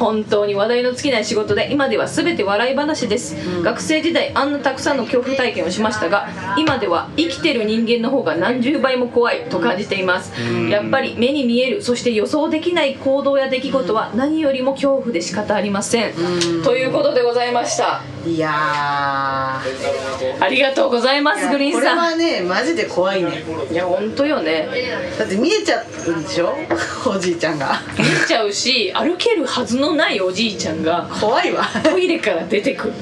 Speaker 2: 本当に話題の尽きない仕事で今では全て笑い話です、学生時代あんなたくさんの恐怖体験をしましたが今では生きてる人間の方が何十倍も怖いと感じています、やっぱり目に見えるそして予想できない行動や出来事は何よりも恐怖で仕方ありません、ということでございました
Speaker 1: いやー
Speaker 2: ありがとうございますグリーン
Speaker 1: これ
Speaker 2: さん
Speaker 1: はねマジで怖いね
Speaker 2: いや本当よね
Speaker 1: だって見えちゃうんでしょ (laughs) おじいちゃんが
Speaker 2: 見えちゃうし歩けるはずのないおじいちゃんが
Speaker 1: 怖いわ
Speaker 2: トイレから出てくる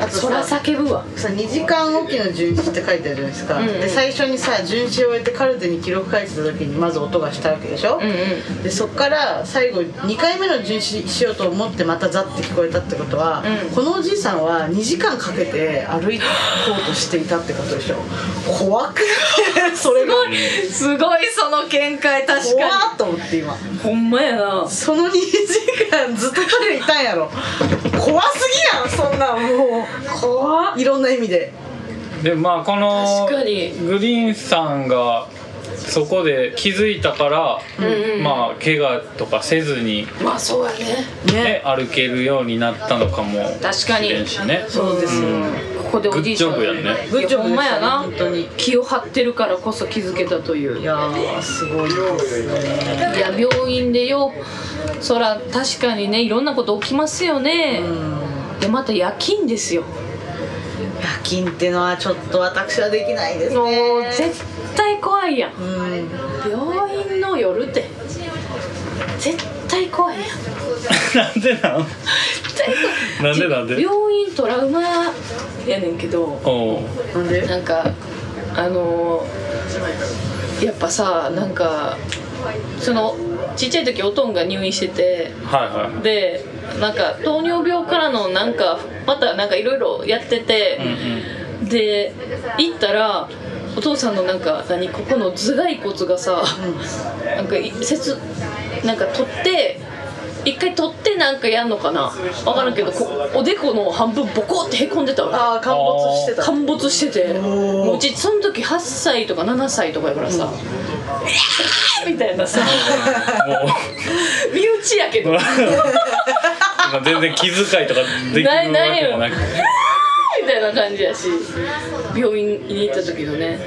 Speaker 1: あと
Speaker 2: そら
Speaker 1: さ
Speaker 2: 叫ぶわ
Speaker 1: さ2時間おきの巡視って書いてあるじゃないですか、
Speaker 2: うんうん
Speaker 1: で最初にさ巡視を終えてカルテに記録書いてた時にまず音がしたわけでしょ、
Speaker 2: うんうん
Speaker 1: でそっから最後2回目の巡視しようと思ってまたザッて聞こえたってことは、
Speaker 2: うん
Speaker 1: このおじいさんは2時間かけて歩いこうとしていたってことでしょ怖くない
Speaker 2: (laughs)
Speaker 1: それが
Speaker 2: すごいその見解確
Speaker 1: 怖
Speaker 2: か
Speaker 1: っと思って今
Speaker 2: にほんまやな
Speaker 1: その2時間ずっと彼いたんやろ怖すぎやんそんなんもう
Speaker 2: 怖っ
Speaker 1: いろんな意味で
Speaker 3: でまあこの
Speaker 2: 確かに
Speaker 3: グリーンさんがそこで気づいたから、
Speaker 2: んうん
Speaker 3: まあ怪我とかせずに、
Speaker 2: まあそうやね
Speaker 3: ね、歩けるようになったのかも
Speaker 2: 確かに
Speaker 3: しれんしね
Speaker 1: そうですよ
Speaker 2: ここでおじいちゃん
Speaker 3: グッジョブやね
Speaker 2: グッジョブでしたねいやほんまやな
Speaker 1: 本当に
Speaker 2: 気を張ってるからこそ気づけたという
Speaker 1: い
Speaker 2: い
Speaker 1: やーすごいですね
Speaker 2: や病院でよそら確かにねいろんなこと起きますよねでまた夜勤ですよ
Speaker 1: 夜勤ってのはちょっと私はできないです
Speaker 2: もう
Speaker 1: ね
Speaker 2: 絶対怖いやん
Speaker 1: うん
Speaker 2: 病院の夜って絶対怖いやん
Speaker 3: (laughs) なんでなんなんでなんで
Speaker 2: 病院トラウマやねんけど
Speaker 3: おう
Speaker 1: なんで
Speaker 2: なんかあのーやっぱさなんかそのちっちゃい時おとんが入院してて
Speaker 3: はいは
Speaker 2: でなんか糖尿病からのなんかまたなんかいろいろやってて
Speaker 3: い、うん
Speaker 2: で行ったらお父さんのなんか何ここの頭蓋骨がさ、なんかい切なんか取って一回取ってなんかやんのかな分からんけどこおでこの半分ボコってへこんでた
Speaker 1: あ
Speaker 2: わ
Speaker 1: あ陥没してた
Speaker 2: 陥没しててもううちその時8歳とか7歳とかやからさ「えーみたいな (laughs) さ
Speaker 3: うんもう
Speaker 2: 身内やけ (laughs) ど
Speaker 3: なんか全然気遣いとかできるわ
Speaker 2: ないない
Speaker 3: けもなく
Speaker 2: みたいな感じやし病院に行った時のね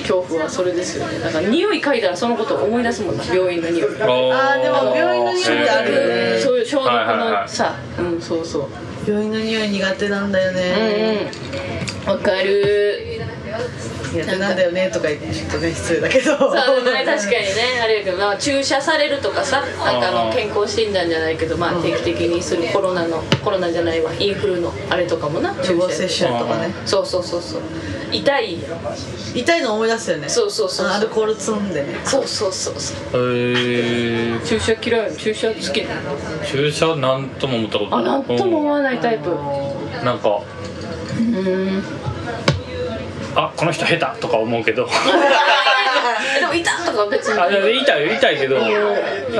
Speaker 2: 恐怖はそれですよねだから匂い嗅いだらそのことを思い出すもんな病院の匂い
Speaker 3: あ
Speaker 1: あーでも病院の匂いってあるよね
Speaker 2: そういう消毒
Speaker 3: はいはいは
Speaker 2: の
Speaker 3: い
Speaker 2: さ、うんそうそう
Speaker 1: 病院の匂い苦手なんだよ
Speaker 2: うん
Speaker 1: ね、
Speaker 2: うんわかる
Speaker 1: 苦手なんだよねとか言ってちょっとね失礼だけど
Speaker 2: そうだ
Speaker 1: (laughs)
Speaker 2: ね確かにねあれやけどな注射されるとかさなんかあ
Speaker 3: あ
Speaker 2: の
Speaker 3: ー
Speaker 2: 健康診断じゃないけどまあ定期的にするコロナのコロナじゃないわインフルのあれとかもな
Speaker 1: 中
Speaker 2: 注射
Speaker 1: 央接種とかね
Speaker 2: そうそうそうそう痛いやん
Speaker 1: 痛いの思い出すよね
Speaker 2: そうそうそうそう
Speaker 1: アルコール積んでね
Speaker 2: そうそうそうそう
Speaker 3: へえ
Speaker 2: 注射嫌い注射好き
Speaker 3: 注射なんとも思ったこと
Speaker 2: あなんとも思わないタイ (laughs) プ
Speaker 3: うんなんか
Speaker 2: うん
Speaker 3: あこの人下手とか思
Speaker 2: (laughs)
Speaker 3: うけど
Speaker 2: でも痛っとか別に
Speaker 3: あいや痛いよ痛いけどあ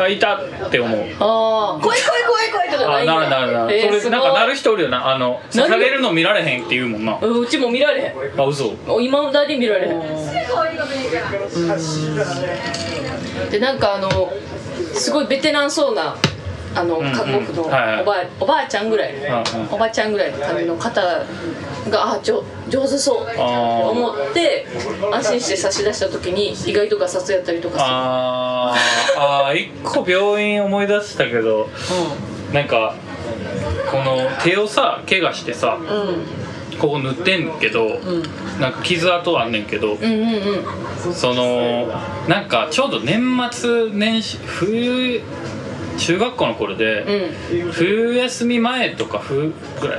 Speaker 3: 痛って思う
Speaker 2: ああ怖い怖い怖い怖いとかな
Speaker 3: あ
Speaker 2: い
Speaker 3: なるなるなる、
Speaker 2: えー
Speaker 3: そ
Speaker 2: す
Speaker 3: れ
Speaker 2: ごい
Speaker 3: なんかなる人おるよなあの
Speaker 2: なるよ
Speaker 3: 刺されるの見られへんって言うもんな
Speaker 2: うんうちも見られへん
Speaker 3: あ嘘
Speaker 2: 今まだに見られへんでなんかあのすごいベテランそうなあの
Speaker 3: んうん
Speaker 2: 韓国のおば
Speaker 3: はいはい
Speaker 2: あおばあちゃんぐらい
Speaker 3: うんうん
Speaker 2: おばあちゃんぐらいの髪の方があーじょ上手そうって思って安心して差し出した時に意外とガサツやったりとか
Speaker 3: あーあー一個病院思い出したけどなんかこの手をさ怪我してさ、ここ塗ってんけど、なんか傷跡あんねんけど、
Speaker 2: するうんうんうん
Speaker 3: そのなんかちょうど年末年始冬中学校の頃
Speaker 2: う
Speaker 3: で、
Speaker 2: ん
Speaker 3: 冬休み前とか冬ぐらい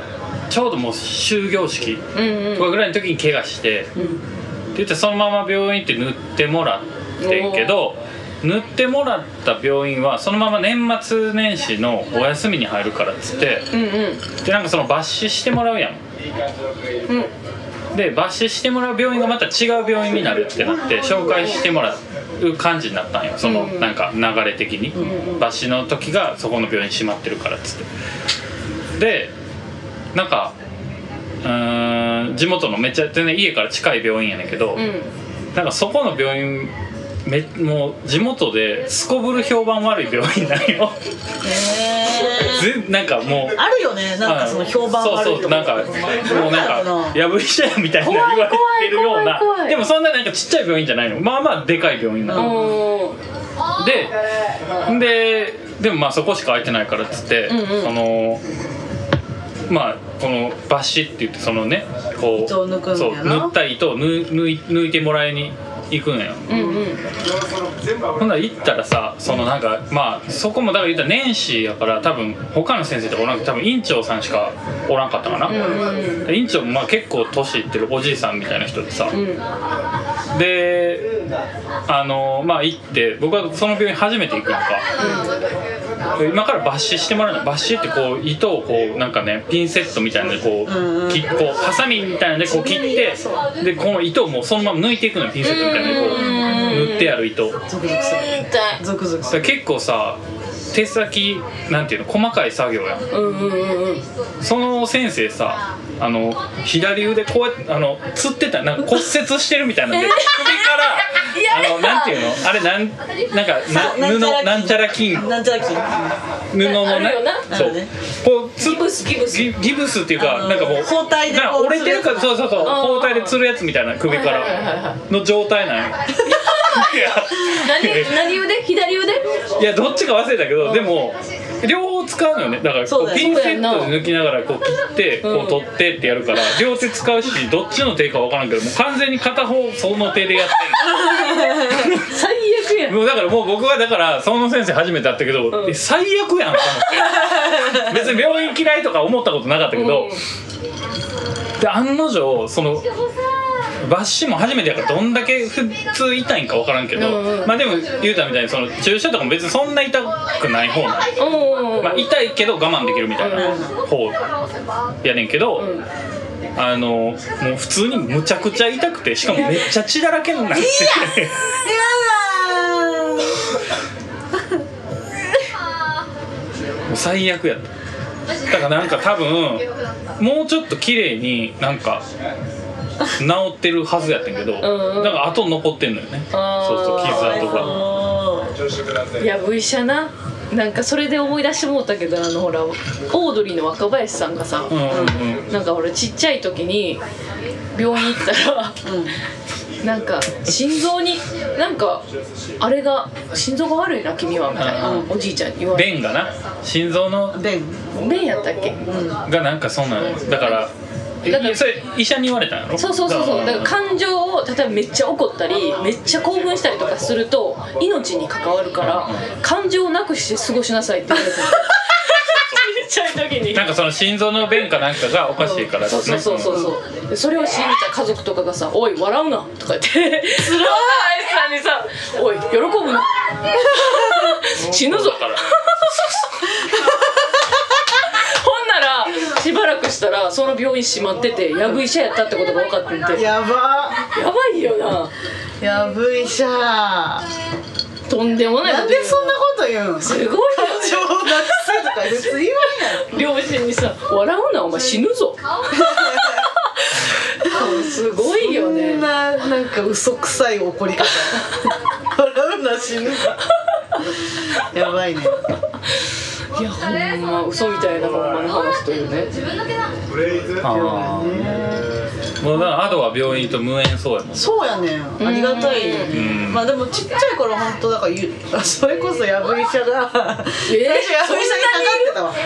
Speaker 3: ちょうどもう終業式
Speaker 2: うんうん
Speaker 3: とかぐらいの時に怪我して、って言ってそのまま病院行って塗ってもらってんけど塗ってもらった病院はそのまま年末年始のお休みに入るからっつって
Speaker 2: うんうん
Speaker 3: でなんかその抜歯してもらうやん
Speaker 2: うん
Speaker 3: で抜歯してもらう病院がまた違う病院になるってなって紹介してもらう感じになったんよその
Speaker 2: うん
Speaker 3: なんか流れ的に抜歯の時がそこの病院閉まってるからっつってでなんかうーん地元のめっちゃ全然家から近い病院やねんけど、
Speaker 2: うん
Speaker 3: なんかそこの病院めもう地元ですこぶる評判悪い病院なん
Speaker 2: (laughs)
Speaker 3: よぜなんかもう
Speaker 1: あるよねなんかその評判悪い
Speaker 3: そうそ
Speaker 1: とか
Speaker 3: うなんかもうなんか破り者やみたいな言
Speaker 2: 怖い
Speaker 3: われてるよう
Speaker 2: 怖い
Speaker 3: な
Speaker 2: 怖い怖い
Speaker 3: でもそんななんかちっちゃい病院じゃないのまあまあでかい病院なの、
Speaker 2: おー
Speaker 3: でででもまあそこしか空いてないからっつって、
Speaker 2: うんうん
Speaker 3: そのまあこの抜歯って言ってそのねこう
Speaker 1: 糸を抜くんや
Speaker 3: そう
Speaker 1: な
Speaker 3: 縫った糸を抜い抜い抜いてもらいに行くのよ、
Speaker 2: うんうん
Speaker 3: ほんなら行ったらさそのなんかまあそこもだから言ったら年始やから多分他の先生とかおらんくて多分院長さんしかおらんかったかな、で院長もまあ結構年いってるおじいさんみたいな人でさ、
Speaker 2: うん
Speaker 3: であのまあ行って僕はその病院初めて行くのか、で今から抜歯してもらうの抜歯ってこう糸をこうなんかねピンセットみたいなのでこ
Speaker 1: んう
Speaker 3: うん切っこうハサミみたいなのでこう切ってでこの糸をもうそのまま抜いていくのよピンセットみたいなのでこう塗ってやる糸を。
Speaker 1: ゾクゾクする
Speaker 2: 痛い
Speaker 1: ゾクゾク
Speaker 3: だ
Speaker 1: す
Speaker 3: か
Speaker 1: る
Speaker 3: ら結構さ手先なんていうの細かい作業やん
Speaker 2: うんうんうんうん
Speaker 3: その先生さあの左腕こうやってあのつってたなんか骨折してるみたいな
Speaker 2: (laughs)
Speaker 3: んで首からあのなんていうのあれなんなんかな布なんちゃら金布
Speaker 1: なんちゃらき
Speaker 3: も
Speaker 2: ある
Speaker 3: ね
Speaker 2: よな
Speaker 3: そう
Speaker 1: あるね
Speaker 3: こうつ
Speaker 2: ギブスギブス
Speaker 3: ギギブスっていうか
Speaker 1: あの
Speaker 3: なんかもう
Speaker 1: 包帯で
Speaker 3: なんか
Speaker 1: こう
Speaker 3: 折れてるからそうそうそう
Speaker 2: あー
Speaker 3: 包帯でつるやつみたいな首か
Speaker 2: はいはいはいは
Speaker 3: らの状態なんよいや
Speaker 2: 何何腕左腕
Speaker 3: いやどっちか忘れたけどでも両方使うのよねだから
Speaker 1: そ
Speaker 3: こ
Speaker 1: うだ
Speaker 3: う
Speaker 1: よ
Speaker 3: ピンセットで抜きながらこう切ってこう取ってってやるから両手使うしどっちの手か分からんけどもう完全に片方その手でやってる
Speaker 2: 最悪や
Speaker 3: もうだからもう僕はだからその先生初めて会ったけど、
Speaker 2: うん
Speaker 3: え最悪やんと思って別に病院嫌いとか思ったことなかったけど、で案の定その抜歯も初めてやからどんだけ普通痛いんか分からんけど、
Speaker 2: うんうん
Speaker 3: まあでも言うたみたいにその注射とかも別にそんな痛くない方なの、
Speaker 2: うんうん
Speaker 3: まあ、痛いけど我慢できるみたいな方やねんけど、
Speaker 2: うん
Speaker 3: あのもう普通にむちゃくちゃ痛くてしかもめっちゃ血だらけになってて。もう最悪やっただからなんか多分もうちょっと綺麗になんか治ってるはずやったんけど、
Speaker 2: んうん
Speaker 3: なんか跡残ってんのよね
Speaker 2: あー
Speaker 3: そうそう傷跡が
Speaker 2: いや V 社ななんかそれで思い出してもうたけどあのほらオードリーの若林さんがさ、
Speaker 3: うんうんうん
Speaker 2: なんか俺ちっちゃい時に病院行ったら、なんか心臓になんかあれが心臓が悪いな君はみたいな、
Speaker 3: うん
Speaker 2: おじいちゃんに言われて
Speaker 3: 弁がな心臓の
Speaker 1: でん
Speaker 2: 便やったっけ、
Speaker 3: がなんかそんなのだからえ
Speaker 2: だから
Speaker 3: それ医者に言われたんやろ
Speaker 2: そうそうそうそうだから感情を例えばめっちゃ怒ったりめっちゃ興奮したりとかすると命に関わるから感情をなくして過ごしなさいって言われてるちっちゃい時に
Speaker 3: なんかその心臓の弁かなんかがおかしいから
Speaker 2: そうそうそうそうそうでそれを信じた家族とかがさ「おい笑うな」とか言ってつら (laughs) いさんにさ「おい喜ぶな」 (laughs) 死ぬぞ
Speaker 3: だから
Speaker 2: ほんならしばらくしたらその病院閉まっててヤグ医者やったってことが分かってんてや
Speaker 1: やば
Speaker 2: ばいよな
Speaker 1: やぶいしゃ
Speaker 2: とんでもないこ
Speaker 1: な
Speaker 2: と
Speaker 1: ん
Speaker 2: 言う
Speaker 1: でそんなこと言うん
Speaker 2: すごいよね
Speaker 1: 小学生とか別に言わんやろ
Speaker 2: 両親にさ「笑うなお前死ぬぞ」 (laughs) すごいよ
Speaker 1: そん
Speaker 2: ね
Speaker 1: ななんか嘘くさい怒り方笑うな死ぬやばいね
Speaker 2: いやほんま嘘みたいなほんまの話というね
Speaker 3: あーもうだからアドは病院と無縁そうやもん
Speaker 1: そうやねんありがたいよね
Speaker 3: うん
Speaker 1: まあでもちっちゃい頃本当だからゆそれこそやぶ医者が最初やぶ医者にかかってたわかか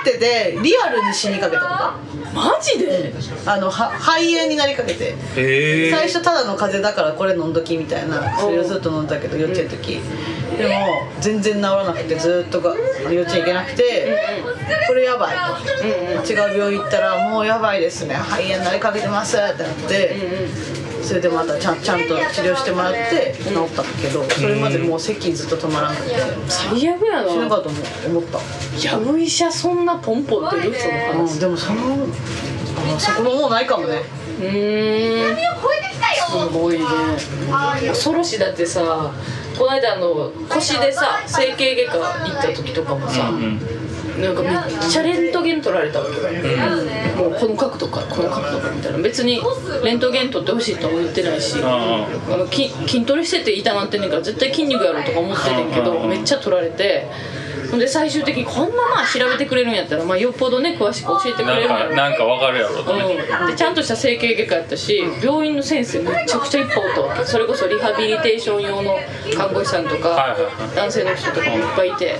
Speaker 1: っててリアルに死にかけたこと
Speaker 2: マジで
Speaker 1: あのは肺炎になりかけて
Speaker 3: ええ
Speaker 1: 最初ただの風邪だからこれ飲んどきみたいな薬をずっと飲んだけど幼稚園の時でも全然治らなくてずっとが幼稚園行けなくてこれやばいと違う病院行ったらもうやばいですね肺炎になりかけてますってなってそれでまたちゃんちゃんと治療してもらって治ったけどそれまでもう咳ずっと止まらなくて
Speaker 2: 最悪やな
Speaker 1: 死ぬかと思思った
Speaker 2: ヤブ医者そんなポンポンと言うその
Speaker 1: う
Speaker 2: 話
Speaker 1: んでもそのあそこももうないかもね
Speaker 2: うーんすごいね恐ろしいだってさこの間あの腰でさ整形外科行った時とかもさ、
Speaker 3: うんうん
Speaker 2: なんかめっちゃレントゲン取られたわけよ、もうこの角度からこの角度からみたいな別にレントゲン取ってほしいとは言ってないし
Speaker 3: あ
Speaker 2: あのき筋トレしてて痛なってんねんから絶対筋肉やろとか思っててんけ
Speaker 3: うんうん
Speaker 2: ど
Speaker 3: うん
Speaker 2: めっちゃ取られてほんで最終的にこんなまあ調べてくれるんやったら、まあ、よっぽどね詳しく教えて
Speaker 3: ー
Speaker 2: くれ
Speaker 3: な
Speaker 2: る
Speaker 3: ん
Speaker 2: んや
Speaker 3: かなんかわかるやろとね
Speaker 2: うん、でちゃんとした整形外科やったし病院の先生めちゃくちゃいっぱいおったわけそれこそリハビリテーション用の看護師さんと
Speaker 3: はい
Speaker 2: か
Speaker 3: はいはい
Speaker 2: 男性の人とかもいっぱいいて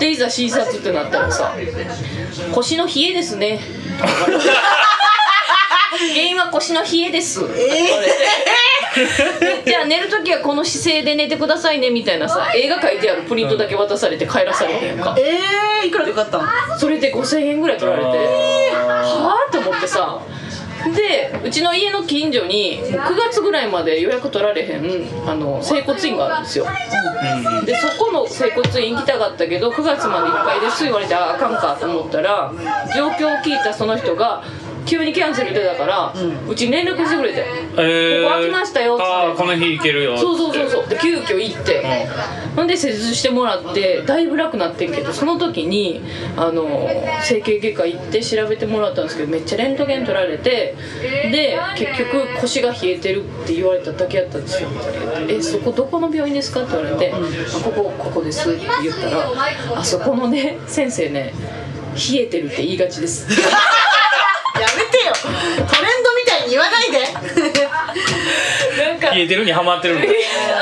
Speaker 2: でいざ診察ってなったらさ「腰の冷えです (laughs) ね」原因は腰の冷えです」って言われてでじゃあ寝る時はこの姿勢で寝てくださいね」みたいなさ映画書いてあるプリントだけ渡されて帰らされてんか
Speaker 1: えー、いくらでよかったの
Speaker 2: それで5000円ぐらい取られて。
Speaker 3: あ
Speaker 2: はあと思ってさでうちの家の近所にもう9月ぐらいまで予約取られへんあの整骨院があるんですよ
Speaker 3: ーうんうん
Speaker 2: でそこの整骨院行きたかったけど9月までいっぱいです言われてああかんかと思ったら状況を聞いたその人が急にキャンセル出たから、うちに連絡してくれて
Speaker 3: えー、
Speaker 2: ここ開きましたよっつって
Speaker 3: あーこの日行けるよっつって
Speaker 2: そうそうそうそうで急遽行って、ほんで施術してもらってだいぶ楽になってんけどその時にあの整形外科行って調べてもらったんですけどめっちゃレントゲン取られてで結局腰が冷えてるって言われただけやったんですよ「えそこどこの病院ですか?」って言われて「あここここです」って言ったら「あそこのね先生ね冷えてるって言いがちです」 (laughs)
Speaker 1: やめてよトレンドみたいに言わないで
Speaker 2: なんか (laughs)
Speaker 3: 消えてるにハマってるんだ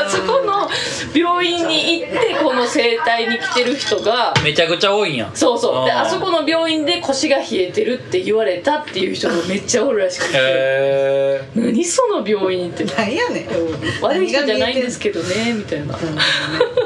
Speaker 2: あそこの病病院に行ってこの整体に来てる人が
Speaker 3: めちゃくちゃ多いんや
Speaker 2: そうそうで
Speaker 3: あー
Speaker 2: あそこの病院で腰が冷えてるって言われたっていう人がめっちゃおるらしくて
Speaker 3: へえ
Speaker 2: 何その病院って
Speaker 1: なんやねん
Speaker 2: 悪い人じゃないんですけどねみたいな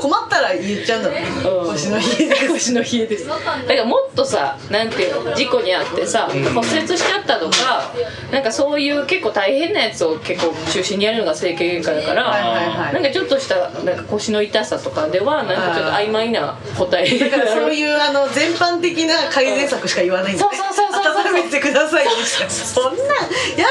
Speaker 1: 困ったら言っちゃうんだろうね
Speaker 2: うん
Speaker 1: 腰の冷えで
Speaker 2: 腰の冷えですだからもっとさなんていうの事故にあってさ骨折しちゃったとかなんかそういう結構大変なやつを結構中心にやるのが整形外科だから、
Speaker 1: はいはい
Speaker 2: な
Speaker 1: は
Speaker 2: ん
Speaker 1: い
Speaker 2: かちょっとしたなんか腰の痛さとかではなんかちょっと曖昧な答え
Speaker 1: だからそう
Speaker 2: (laughs) う
Speaker 1: いうあの全般的な改善策しか言わないんだね
Speaker 2: そうそうそうそうそう
Speaker 1: 温めてくださいみたいなそんなんやめて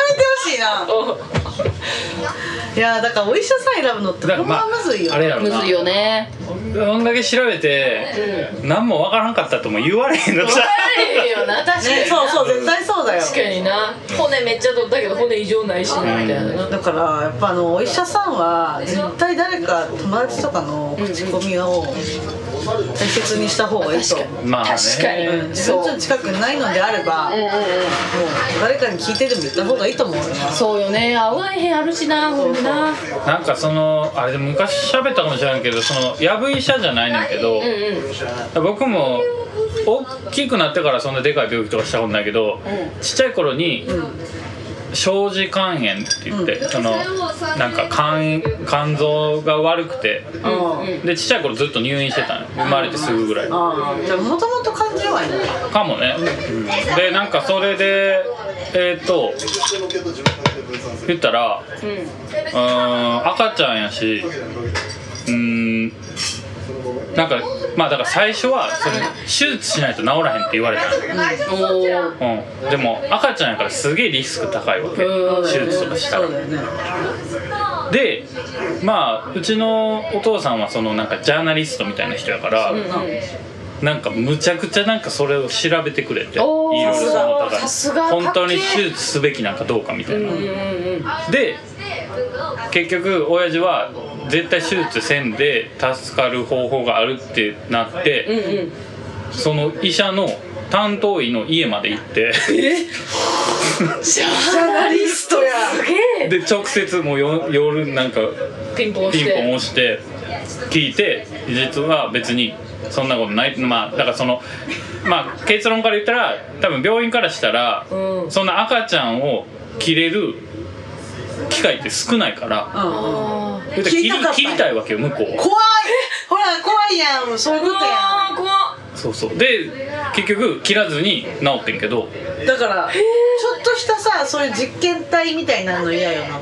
Speaker 1: ほしいなうんいやだからお医者さん選ぶのってほんま (laughs) むずいよ
Speaker 3: あれやろ
Speaker 2: む
Speaker 3: な
Speaker 2: ずいよね
Speaker 3: どんだけ調べて、何もわからんかったとも言われへんの
Speaker 1: (laughs)
Speaker 3: さ
Speaker 2: あるよな確かに
Speaker 1: ねそうそう絶対そうだよ
Speaker 2: 確かにな骨めっちゃ取ったけど骨異常ないしなみたいなな
Speaker 1: だからやっぱあのお医者さんは絶対誰か友達とかの口コミを大切にした方がいいと
Speaker 2: 確か
Speaker 1: 思う
Speaker 2: に、
Speaker 3: まあね
Speaker 2: 確かに、
Speaker 1: うん自分ちの近くにないのであれば、もう誰かに聞いてるんで言った方がいいと思うよ
Speaker 2: そうよね合わへんあるしなほんな
Speaker 3: なんかそのあれで昔喋ったかもしれないけどそのやぶ医者じゃないねんけど、僕も大きくなってからそんなでかい病気とかしたことないけど、ちっちゃい頃に、小児肝炎って言って、そのなんか肝肝臓が悪くて、でちっちゃい頃ずっと入院してたの生まれてすぐぐらい
Speaker 1: ああじゃあもともと感じはいない
Speaker 3: かもね、でなんかそれでえっ、と言ったらうーん赤ちゃんやしうーんなんかまあだから最初はそれ手術しないと治らへんって言われた
Speaker 2: おー
Speaker 3: の、うん、でも赤ちゃんやからすげえリスク高いわけ
Speaker 2: うん
Speaker 3: 手術とかした
Speaker 1: そ
Speaker 3: ら
Speaker 1: うだよね
Speaker 3: でまあうちのお父さんはそのなんかジャーナリストみたいな人やから、なんかむちゃくちゃなんかそれを調べてくれてい
Speaker 2: お
Speaker 3: ろ
Speaker 2: ー
Speaker 3: いろそのだ
Speaker 2: さす
Speaker 3: か
Speaker 2: が
Speaker 3: ら本当に
Speaker 2: かっけえ
Speaker 3: 手術すべきなんかどうかみたい
Speaker 2: う
Speaker 3: な、
Speaker 2: んうん
Speaker 3: で結局親父は絶対手術せんで助かる方法があるってなって、
Speaker 2: うんうん
Speaker 3: その医者の担当医の家まで行って
Speaker 1: ジャーナリストや
Speaker 2: すげえ
Speaker 3: で直接もうよ夜なんか
Speaker 2: ピンポン
Speaker 3: ピ
Speaker 2: し
Speaker 3: ンポン
Speaker 2: て
Speaker 3: 押して聞いて実は別にそんなことないまあだからそのまあ結論から言ったら多分病院からしたら、
Speaker 2: うん
Speaker 3: そんな赤ちゃんを切れる機会って少ないから、
Speaker 1: うんうん
Speaker 2: あー
Speaker 3: 言うたら切
Speaker 1: 聞い
Speaker 3: り
Speaker 1: たかったん
Speaker 3: 切
Speaker 1: や
Speaker 3: りたいわけよ向こうは
Speaker 1: 怖いほら怖いやんそういう
Speaker 2: う
Speaker 1: こと
Speaker 2: わ
Speaker 1: や
Speaker 2: ー怖っ
Speaker 3: そうそうで結局切らずに治ってんけど
Speaker 1: んだからちょっとしたさそういう実験体みたいなの嫌よな
Speaker 3: だか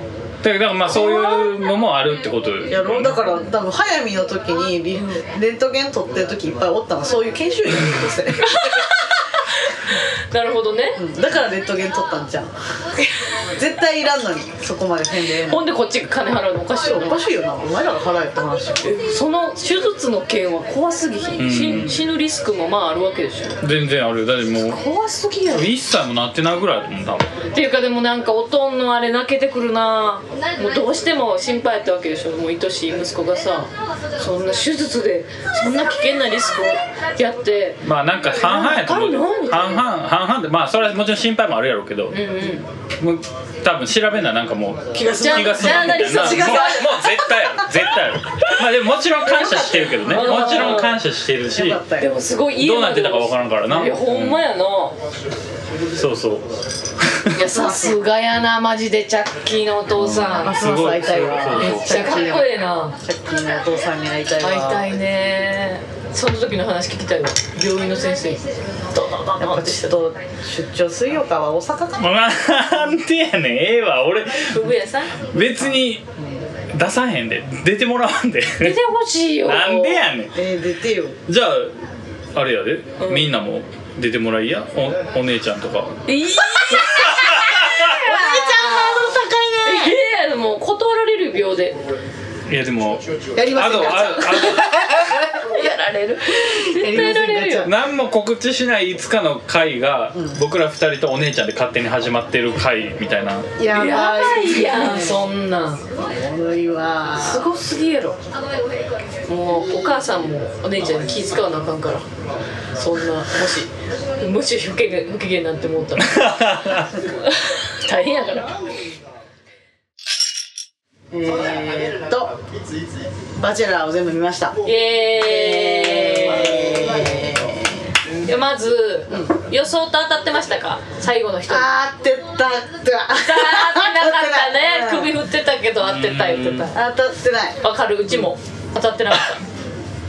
Speaker 3: らだからまあそういうのもあるってこと
Speaker 1: やろだから多分早見の時にリレントゲン撮ってる時いっぱいおったのそういう研修医の人ですね
Speaker 2: なるほどね
Speaker 1: (laughs) うんだからレントゲン撮ったんじゃん絶対いらんのにそこまで宣伝
Speaker 2: ほんでこっちが金払うのおかしいよ
Speaker 1: お
Speaker 2: ね
Speaker 1: かしいよなお前らが払えって話
Speaker 2: その手術の件は怖すぎひん、
Speaker 3: うん
Speaker 2: 死死ぬリスクもまああるわけでしょ
Speaker 3: 全然あるよだってもう
Speaker 2: 怖すぎやろ
Speaker 3: 1歳もなってないぐらいだもん多分
Speaker 2: っていうかでもなんかおとんのあれ泣けてくるなもうどうしても心配やったわけでしょもう愛しい息子がさそんな手術でそんな危険なリスクをやって
Speaker 3: まあなんか半々やと思うけど
Speaker 2: わかるの
Speaker 3: 半々半々でまあそれはもちろん心配もあるやろうけど、
Speaker 2: うんうん
Speaker 3: もう多分調べんななんかもう気
Speaker 2: が済む
Speaker 3: むみたいな
Speaker 2: ジャーナリスト
Speaker 3: もう
Speaker 2: 違う
Speaker 3: もう絶対やろ絶対やろまあでももちろん感謝してるけどねもちろん感謝してるし
Speaker 1: よかった
Speaker 2: で
Speaker 1: よ
Speaker 2: もすごいいい
Speaker 3: どうなってたかわからんからない
Speaker 2: やほんまやな、
Speaker 3: そうそう
Speaker 2: い
Speaker 3: (laughs)
Speaker 2: やさすがやなマジでチャッキーのお父さんめっ
Speaker 1: ますます会いたいわ
Speaker 3: そうそうそう
Speaker 2: ちゃかっこええな
Speaker 1: さっきのお父さんに会いたいわ
Speaker 2: 会いたいねその時の話聞きたいわ病院の先生ドドド
Speaker 1: やっ
Speaker 2: ド
Speaker 1: ぱ
Speaker 2: ってし
Speaker 1: ち
Speaker 2: て
Speaker 1: ょっと出張水曜かは大阪かな
Speaker 3: なんてやねんええわ俺
Speaker 2: ふぶやさん
Speaker 3: 別に出さへんで出てもらわ (laughs) んで
Speaker 2: 出てほしいよ
Speaker 3: なんでやねん
Speaker 1: えー、出てよ
Speaker 3: じゃああれやで、みんなも出てもらいや (laughs) おお姉ちゃんとか
Speaker 2: いいお姉ちゃんハードル高いねいやもう断られる秒で
Speaker 3: いやでも
Speaker 1: やりま
Speaker 3: あ
Speaker 1: せん
Speaker 3: と
Speaker 1: か
Speaker 3: ああと
Speaker 2: (laughs) やられる絶対やられるよ
Speaker 3: 何も告知しないいつかの回が、僕ら二人とお姉ちゃんで勝手に始まってる回みたい (laughs) な
Speaker 1: やばい
Speaker 2: やばいやんそんなんす
Speaker 1: おもろいわ
Speaker 2: ごすぎやろもうお母さんもお姉ちゃんに気遣わなあかんからそんなもしもし不機嫌不機嫌なんて思ったら大変やから
Speaker 1: えーっとバチェラーを全部見ました
Speaker 2: イエーイでまず、予想と当たってましたか最後の人当
Speaker 1: あーってたって
Speaker 2: たってなかったね
Speaker 1: 当たって
Speaker 2: 首振ってたけど当てた言ってた
Speaker 1: ない当たってない
Speaker 2: わかるうちも当たってなかっ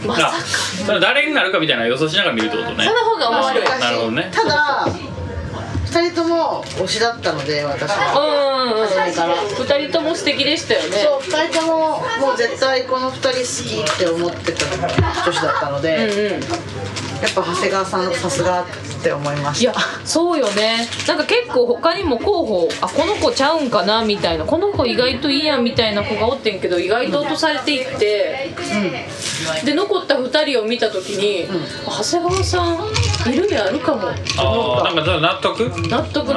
Speaker 2: たまさ
Speaker 3: あ
Speaker 2: か
Speaker 3: それ誰になるかみたいなの予想しながら見るってこと
Speaker 2: そ
Speaker 3: ね
Speaker 2: の方が面白い
Speaker 3: なるほどね
Speaker 1: ただ2人とも推しだったので私は
Speaker 2: うんうんうん
Speaker 1: 初めから
Speaker 2: 2人とも素敵でしたよね
Speaker 1: そう2人とももう絶対この2人好きって思ってた女子だったので、やっ
Speaker 2: うんうん
Speaker 1: ぱ長谷川さんさすがって思いま
Speaker 2: い
Speaker 1: し
Speaker 2: やそうよねなんか結構他にも候補あこの子ちゃうんかなみたいなこの子意外といいやんみたいな子がおってんけど意外と落とされていって、で残った2人を見た時に、長谷川さんいる目あるかも
Speaker 3: ああなんか納得
Speaker 2: 納得納
Speaker 1: た
Speaker 2: 得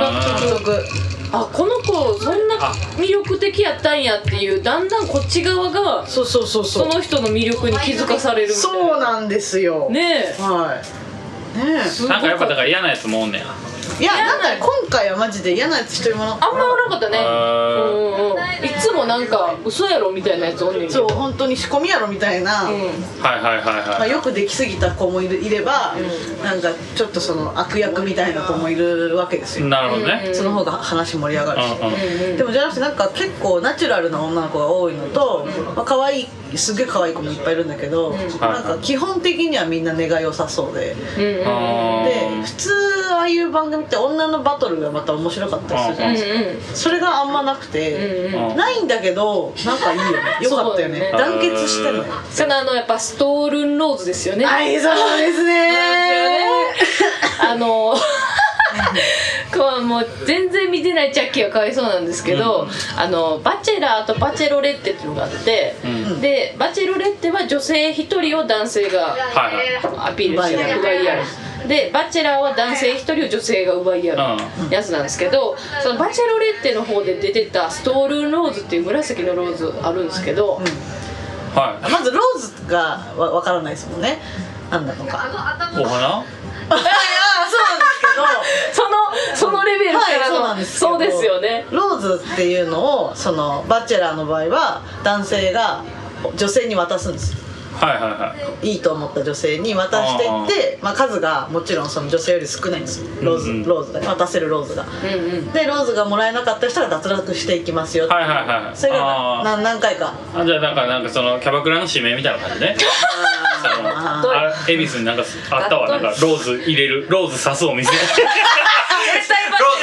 Speaker 1: 納得
Speaker 2: あこの子そんな魅力的やったんやっていうだんだんこっち側が
Speaker 1: そうそうそうそ
Speaker 2: そうの人の魅力に気づかされるみたいな
Speaker 1: そうなんですよ、
Speaker 2: ね
Speaker 1: はいね
Speaker 2: えすご
Speaker 3: なんかやっぱだ
Speaker 2: か
Speaker 3: か
Speaker 2: っ
Speaker 3: ら嫌なやつもおんねや
Speaker 1: えいやなんかね今回はマジで嫌なやつ一人もな
Speaker 2: たあんまおらんかったね
Speaker 3: へー
Speaker 2: うんうんうんいつもなんか嘘やろみたいなやつおんねんけど
Speaker 1: そう本当に仕込みやろみたいな、
Speaker 2: う
Speaker 3: はいはいはい
Speaker 1: まあ、
Speaker 3: はい
Speaker 1: よくできすぎた子もいるいれば、なんかちょっとその悪役みたいな子もいるわけですよ、
Speaker 3: なるほど
Speaker 2: う
Speaker 3: ね
Speaker 2: ん
Speaker 1: その方が話盛り上がるし、
Speaker 3: うんうん
Speaker 2: ん
Speaker 1: でもじゃなくてなんか結構ナチュラルな女の子が多いのと、まあ、可愛いすげえ可愛い子もいっぱいいるんだけど、なんか基本的にはみんな願い良さそうで、
Speaker 2: うんうん
Speaker 3: あ
Speaker 1: で普通ああいう番組って女のバトルがまた面白かったりするじゃないですか、それがあんまなくて、
Speaker 2: うんうん
Speaker 3: ー
Speaker 1: ないんだけどなんかいいよねよかったよね
Speaker 2: そう
Speaker 3: だよ
Speaker 1: 団
Speaker 3: ね
Speaker 1: 結してるのよ
Speaker 2: そのあのやっぱストールンローズですよね
Speaker 1: はいそうですね
Speaker 2: (laughs) あの (laughs) こうもう全然見てないチャッキーはかわいそうなんですけど、あのバチェラーとバチェロレッテっていうのがあって、
Speaker 3: うん
Speaker 2: でバチェロレッテは女性一人を男性が
Speaker 3: はいはい
Speaker 2: アピールして
Speaker 1: 奪い合
Speaker 2: る
Speaker 1: う
Speaker 2: 奪い合うでバチェラーは男性一人を女性が奪い合うやつなんですけど、そのバチェロレッテの方で出てたストールンローズっていう紫のローズあるんですけど、
Speaker 3: は
Speaker 1: まずローズがわわからないですもんねなんだのか
Speaker 3: いお花
Speaker 1: あそうなんですけど (laughs)
Speaker 2: そのそのレベルか
Speaker 1: はい
Speaker 2: らの、
Speaker 1: そうなんですけど
Speaker 2: そうですよね
Speaker 1: ローズっていうのをそのバチェラーの場合は男性が女性に渡すんですよ
Speaker 3: はいはいはい
Speaker 1: いいと思った女性に渡していってまあ、数がもちろんその女性より少ないんですよローズ、
Speaker 3: うんうん
Speaker 1: ローズがね渡せるローズが
Speaker 2: うんうん
Speaker 1: でローズがもらえなかった人が脱落していきますよって
Speaker 3: はいはいはい
Speaker 1: それが
Speaker 3: あー
Speaker 1: 何何回か
Speaker 3: あじゃあなんかなんかそのキャバクラの指名みたいな感じねその
Speaker 1: あ
Speaker 2: ー
Speaker 3: あれ恵比寿になんかあったわなんかローズ入れるローズ刺すお店ローズ
Speaker 2: 絶対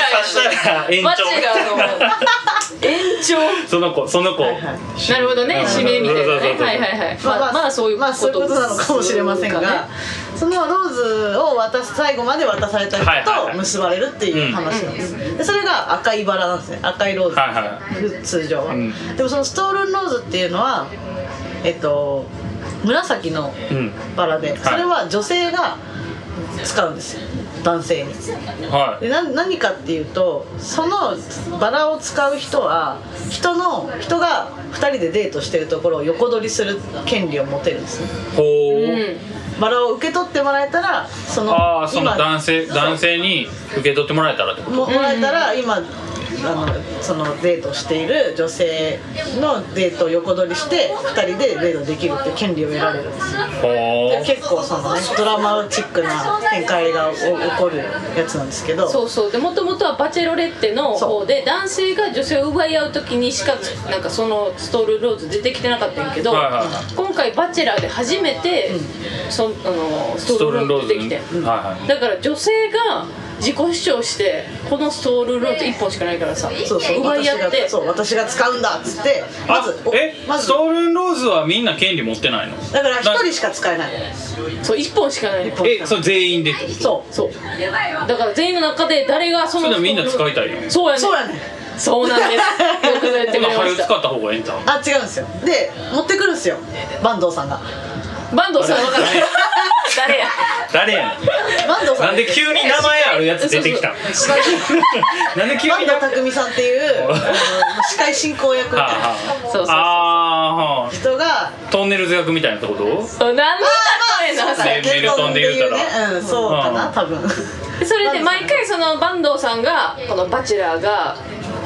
Speaker 2: バチェラー
Speaker 3: 刺したら延
Speaker 2: バチェラ
Speaker 3: 長
Speaker 2: ーの延長
Speaker 3: その子その子
Speaker 1: いはい
Speaker 2: なるほどね指名みたいなねはいはいはいまあまあ、そういう
Speaker 1: まあそういうことなのかもしれませんが、
Speaker 2: ね
Speaker 1: そのローズを渡す最後まで渡された
Speaker 3: はいはい
Speaker 1: 人
Speaker 3: は
Speaker 1: と
Speaker 3: い
Speaker 1: 結ばれるっていう話なんです、でそれが赤いバラなんですね赤いローズ、
Speaker 3: はいはい
Speaker 1: ふ通常は、
Speaker 3: うん
Speaker 1: でもそのストールンローズっていうのはえっと紫の
Speaker 3: うん
Speaker 1: バラで、それは女性が使うんですよ男性に
Speaker 3: は
Speaker 1: でな何かっていうとそのバラを使う人は人の人が2人でデートしてるところを横取りする権利を持てるんですね
Speaker 3: いほう、
Speaker 1: バラを受け取ってもらえたらその
Speaker 3: ああその
Speaker 1: 今
Speaker 3: 男性男性に受け取ってもらえたらってこと
Speaker 1: ももらえたら今あのそのデートしている女性のデートを横取りして2人でデートできるっていう権利を得られるんです
Speaker 3: ほう
Speaker 1: 結構そのねドラマチックな展開がお起こるやつなんですけど
Speaker 2: そうそうでもともとはバチェロレッテの方で男性が女性を奪い合う時にしかなんかそのストールローズ出てきてなかったんやけど、
Speaker 3: はいはいは
Speaker 2: 今回「バチェラー」で初めて、そあのス
Speaker 3: ス
Speaker 2: トー
Speaker 3: トー
Speaker 2: ル
Speaker 3: ル
Speaker 2: ロ
Speaker 3: ロ
Speaker 2: ーズ
Speaker 3: ーズ
Speaker 2: 出てきて、
Speaker 3: うんはいはい
Speaker 2: だから女性が自己主張してこのストールローズ1本しかないからさ
Speaker 1: そうそう
Speaker 2: 奪い
Speaker 1: 私
Speaker 2: 合っ
Speaker 1: が
Speaker 2: て
Speaker 1: そう私が使うんだっつってま
Speaker 3: あ
Speaker 1: ずお
Speaker 3: え
Speaker 1: ま
Speaker 3: ス
Speaker 1: ず
Speaker 3: トールンローズはみんな権利持ってないの
Speaker 1: だから一人しか使えない
Speaker 2: そう1本しかないの
Speaker 1: 本
Speaker 3: えそれ全員で
Speaker 1: そう
Speaker 2: そうだから全員の中で誰がそ
Speaker 3: そ
Speaker 2: の
Speaker 3: れでもみんな使いたいよ
Speaker 2: そうやね
Speaker 1: そうやねん
Speaker 2: そうなんですよくやって
Speaker 3: こん
Speaker 2: く
Speaker 3: な
Speaker 2: れまし
Speaker 3: 春使ったた方がええんちゃう
Speaker 1: あ違うんですよで持ってくるんですよ坂東さんが
Speaker 2: 坂東さん分から
Speaker 3: (laughs)
Speaker 2: ない誰や
Speaker 3: 誰やね
Speaker 1: 坂東
Speaker 3: ん
Speaker 1: さ
Speaker 3: なんんで急に名前あるやつ出てきたんなんで急
Speaker 1: 坂
Speaker 3: に名
Speaker 1: 東
Speaker 3: 前
Speaker 1: 匠さんっていう
Speaker 3: (laughs)
Speaker 1: あの司会進行役みたい
Speaker 3: はあ
Speaker 1: な
Speaker 3: は
Speaker 2: そうそうそう
Speaker 3: ああーは
Speaker 1: 人が
Speaker 3: あトンネルズ役みたいなってこと
Speaker 2: そうなんでだそれ27歳
Speaker 3: ミルトンで言うたら、
Speaker 1: うん、そうかな、
Speaker 3: うん
Speaker 1: 多分。
Speaker 2: でそれで毎回その坂東さんがこの「バチェラーが」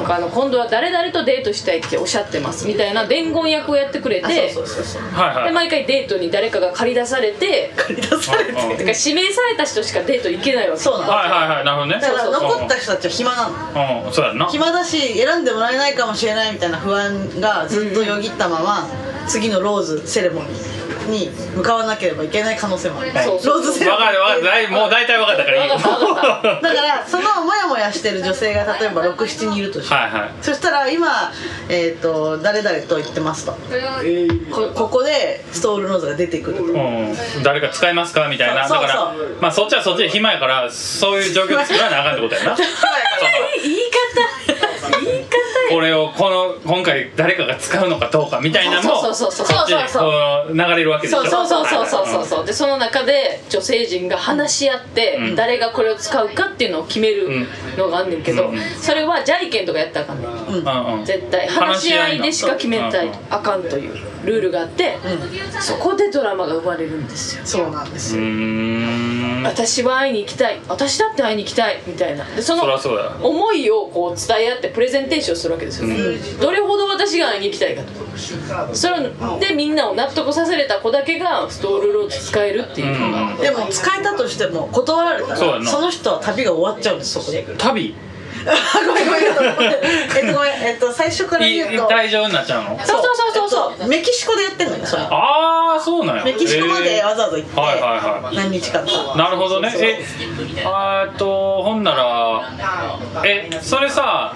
Speaker 2: あの今度は誰々とデートしたいっておっしゃってますみたいな伝言役をやってくれ
Speaker 1: あそう
Speaker 2: て
Speaker 1: そうそうそう。
Speaker 3: はいは
Speaker 2: で
Speaker 3: い
Speaker 2: 毎回デートに誰かが借り出されて
Speaker 1: 繰り出されて。
Speaker 3: うんうん
Speaker 2: てか指名された人しかデート行けないわけ
Speaker 1: そうなの。
Speaker 3: はいはいはいなるほどね
Speaker 1: だから
Speaker 3: そうそう
Speaker 1: 残った人たちは暇なの。
Speaker 3: うんそうやんな
Speaker 1: 暇だし選んでもらえないかもしれないみたいな不安がずっとよぎったまま、次のローズセレモニーに向かわなければいけない可能性もある、
Speaker 2: そうそう
Speaker 1: ローズセレモ
Speaker 3: わ
Speaker 1: ニ
Speaker 3: かるわ
Speaker 1: ー
Speaker 3: かるだいもう大体わかったからいいよ
Speaker 2: わかったわか
Speaker 3: は
Speaker 1: だからそのモヤモヤしてる女性が例えば67人いるとし
Speaker 3: い
Speaker 1: て、
Speaker 3: (laughs) は
Speaker 1: そしたら今、えー、と誰々と言ってますとこここでストールノーズが出てくると
Speaker 3: い、うん、誰か使いますかみたいな
Speaker 1: そうそう
Speaker 3: だからまあそっちはそっちで暇やからそういう状況作らなあかんってことや
Speaker 2: (laughs)
Speaker 3: な
Speaker 2: 言い方言い方
Speaker 3: これをこの今回誰かが使うのかどうかみたいなのも
Speaker 2: そうそうそうそう
Speaker 3: こっちに
Speaker 2: そうそう
Speaker 3: こう流れるわけでしょ
Speaker 2: そうそうそうそうそうそう
Speaker 3: う
Speaker 2: そうでその中で女性陣が話し合って、
Speaker 3: うん
Speaker 2: 誰がこれを使うかっていうのを決めるのがあんねんけど、
Speaker 3: うん
Speaker 2: それはじゃいけんとかやったらあかんねん
Speaker 3: んうんうん
Speaker 2: 絶対話し合いでしか決めたいあかんというルールがあって、そこでドラマが生まれるんですよ
Speaker 1: そうなんです
Speaker 3: う
Speaker 1: よ、
Speaker 3: ーん
Speaker 2: 私は会いに行きたい私だって会いに行きたいみたいなでその
Speaker 3: そりゃそうだ
Speaker 2: 思いをこう伝え合ってプレゼンテーションするわけですよね、どれほど私が会いに行きたいかとそれでみんなを納得させれた子だけがストールローズ使えるっていうのが、
Speaker 3: うん
Speaker 1: でも使えたとしても断られたら
Speaker 3: そうや
Speaker 1: そ
Speaker 3: な
Speaker 1: の人は旅が終わっちゃうんですそこで (laughs)
Speaker 3: 旅
Speaker 1: ごめんごめんえっとごめんえっと最初から
Speaker 3: い
Speaker 1: 言うと
Speaker 3: 退場になっちゃうの
Speaker 2: そうそうそうそうそう、
Speaker 1: そうメキシコでやってんのよそれ
Speaker 3: ああそうなんや
Speaker 1: メキシコまでわざわざ行って、
Speaker 3: えーはいはいは
Speaker 1: 何日間か
Speaker 3: いなるほどねえあーっとほんならえそれさ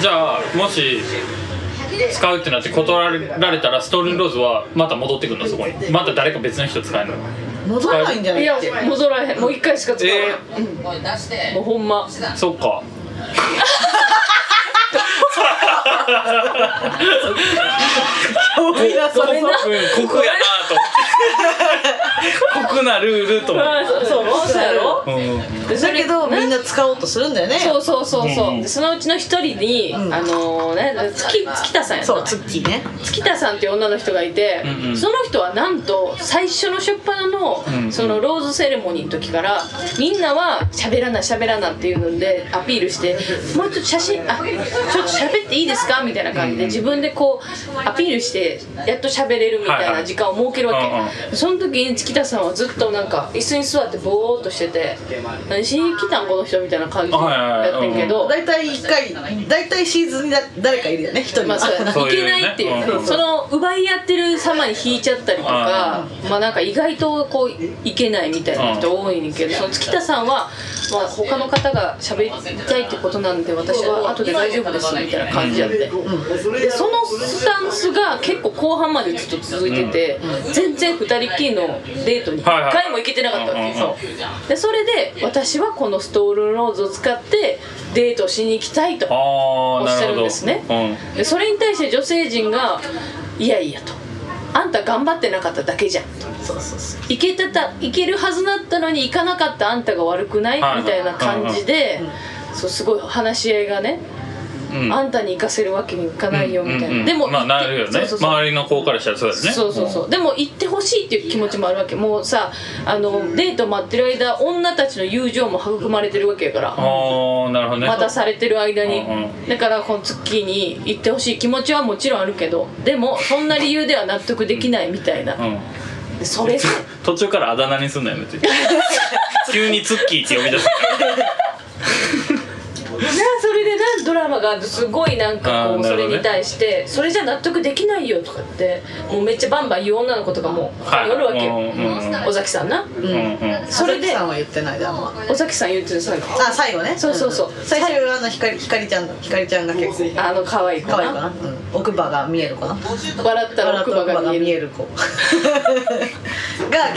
Speaker 3: じゃあもし使うってなって断られたらストーリーローズはまた戻ってくるのそこにまた誰か別の人使えるの
Speaker 1: 戻らないんじゃないい
Speaker 2: や
Speaker 1: って
Speaker 2: 戻らへんもう一回しか使わない、
Speaker 3: え
Speaker 2: もうほんま
Speaker 3: ー、そっか
Speaker 2: ごめんな
Speaker 3: うん酷やなと思って酷なルールと思って
Speaker 2: そうそうそうやろ
Speaker 3: うん
Speaker 2: でそ
Speaker 1: だ
Speaker 2: れ
Speaker 1: けどみん
Speaker 2: ね
Speaker 1: な使おうとするんだよね
Speaker 2: そうそうそうそう、
Speaker 3: うん
Speaker 2: でそのうちの一人に、あのね月月田さんやった
Speaker 1: そうツッキーね
Speaker 2: 月田さんっていう女の人がいて、
Speaker 3: うんうん
Speaker 2: その人はなんと最初の初っ端の,、
Speaker 3: んうん
Speaker 2: そのローズセレモニーの時からみんなは喋らない喋らないっていうのでアピールして「もうちょっと写真あちょっと喋っていいですか?」みたいな感じで自分でこうアピールしてやっと喋れるみたい
Speaker 3: はいは
Speaker 2: ない時間を設けるわけ、
Speaker 3: うん
Speaker 2: その時に月田さんはずっとなんか椅子に座ってぼーっとしてて「何しに来たんこの人」みたいな感じでやってんけど、
Speaker 1: 大体一回大体シーズンにだ誰かいるよね一人
Speaker 2: まあそうやな
Speaker 3: そう
Speaker 2: い
Speaker 3: い
Speaker 2: け
Speaker 3: うね
Speaker 2: ないっていう
Speaker 3: うん
Speaker 2: その奪い合ってる様に引いちゃったりとかまあなんか意外とこういけないみたいな人多いねんけどその月田さんはまあ他の方が喋りたいってことなんで私は後で大丈夫ですみたいな感じやってでそのスタンスが結構後半までずっと続いてて全然二人っきりのデートに一回も行けてなかったわ
Speaker 3: はい
Speaker 2: け
Speaker 3: はいうんうんうん
Speaker 2: そうでそれで私はこのストールローズを使ってデートしに行きたいと
Speaker 3: ああ
Speaker 2: おっ
Speaker 3: な
Speaker 2: しゃ
Speaker 3: る
Speaker 2: るん
Speaker 3: ほど
Speaker 2: ですね
Speaker 3: うん
Speaker 2: でそれに対して女性陣が「いやいや」と「あんた頑張ってなかっただけじゃん」
Speaker 1: そうそうそう
Speaker 2: 行けてた行けるはずだったのに行かなかったあんたが悪くない?」
Speaker 3: はいはい
Speaker 2: みたいな感じで、
Speaker 1: ん
Speaker 2: そうすごい話し合いがね、
Speaker 3: うん
Speaker 2: あんたに行かせるわけにいかないよみたいな、
Speaker 3: うんうんうん
Speaker 2: でも、
Speaker 3: まあなるよね
Speaker 2: そうそうそう
Speaker 3: 周りの子からしたらそうだよね
Speaker 2: そうそうそうでも行ってほしいっていう気持ちもあるわけもうさあのデート待ってる間女たちの友情も育まれてるわけやから
Speaker 3: ああなるほどね
Speaker 2: 待たされてる間に、
Speaker 3: うんう
Speaker 2: だからこのツッキーに行ってほしい気持ちはもちろんあるけどでもそんな理由では納得できないみたいな、
Speaker 3: うん
Speaker 2: でそれで (laughs)
Speaker 3: 途中からあだ名にすんなよ別に急にツッキーって呼び出す
Speaker 2: なそれでなドラマがすごいなんかこ
Speaker 3: あー
Speaker 2: う
Speaker 3: な
Speaker 2: そ
Speaker 3: るほどね
Speaker 2: れに対して、それじゃ納得できないよとかってもうめっちゃバンバン言う女の子とかも他におるわけよ、
Speaker 3: うんうんうん
Speaker 2: 尾崎さんな
Speaker 3: うんうん
Speaker 2: それで
Speaker 1: さんは言ってないであんま
Speaker 2: 尾崎さん言ってる最後
Speaker 1: あ最後ね
Speaker 2: そうそうそうん
Speaker 1: 最初はあのひかりひかりちゃんひかりちゃんが結構
Speaker 2: あの可愛い子
Speaker 1: 可愛いか
Speaker 2: な
Speaker 1: な、うん、奥歯が見えるかな
Speaker 2: 笑ったら奥歯が見える
Speaker 1: る子が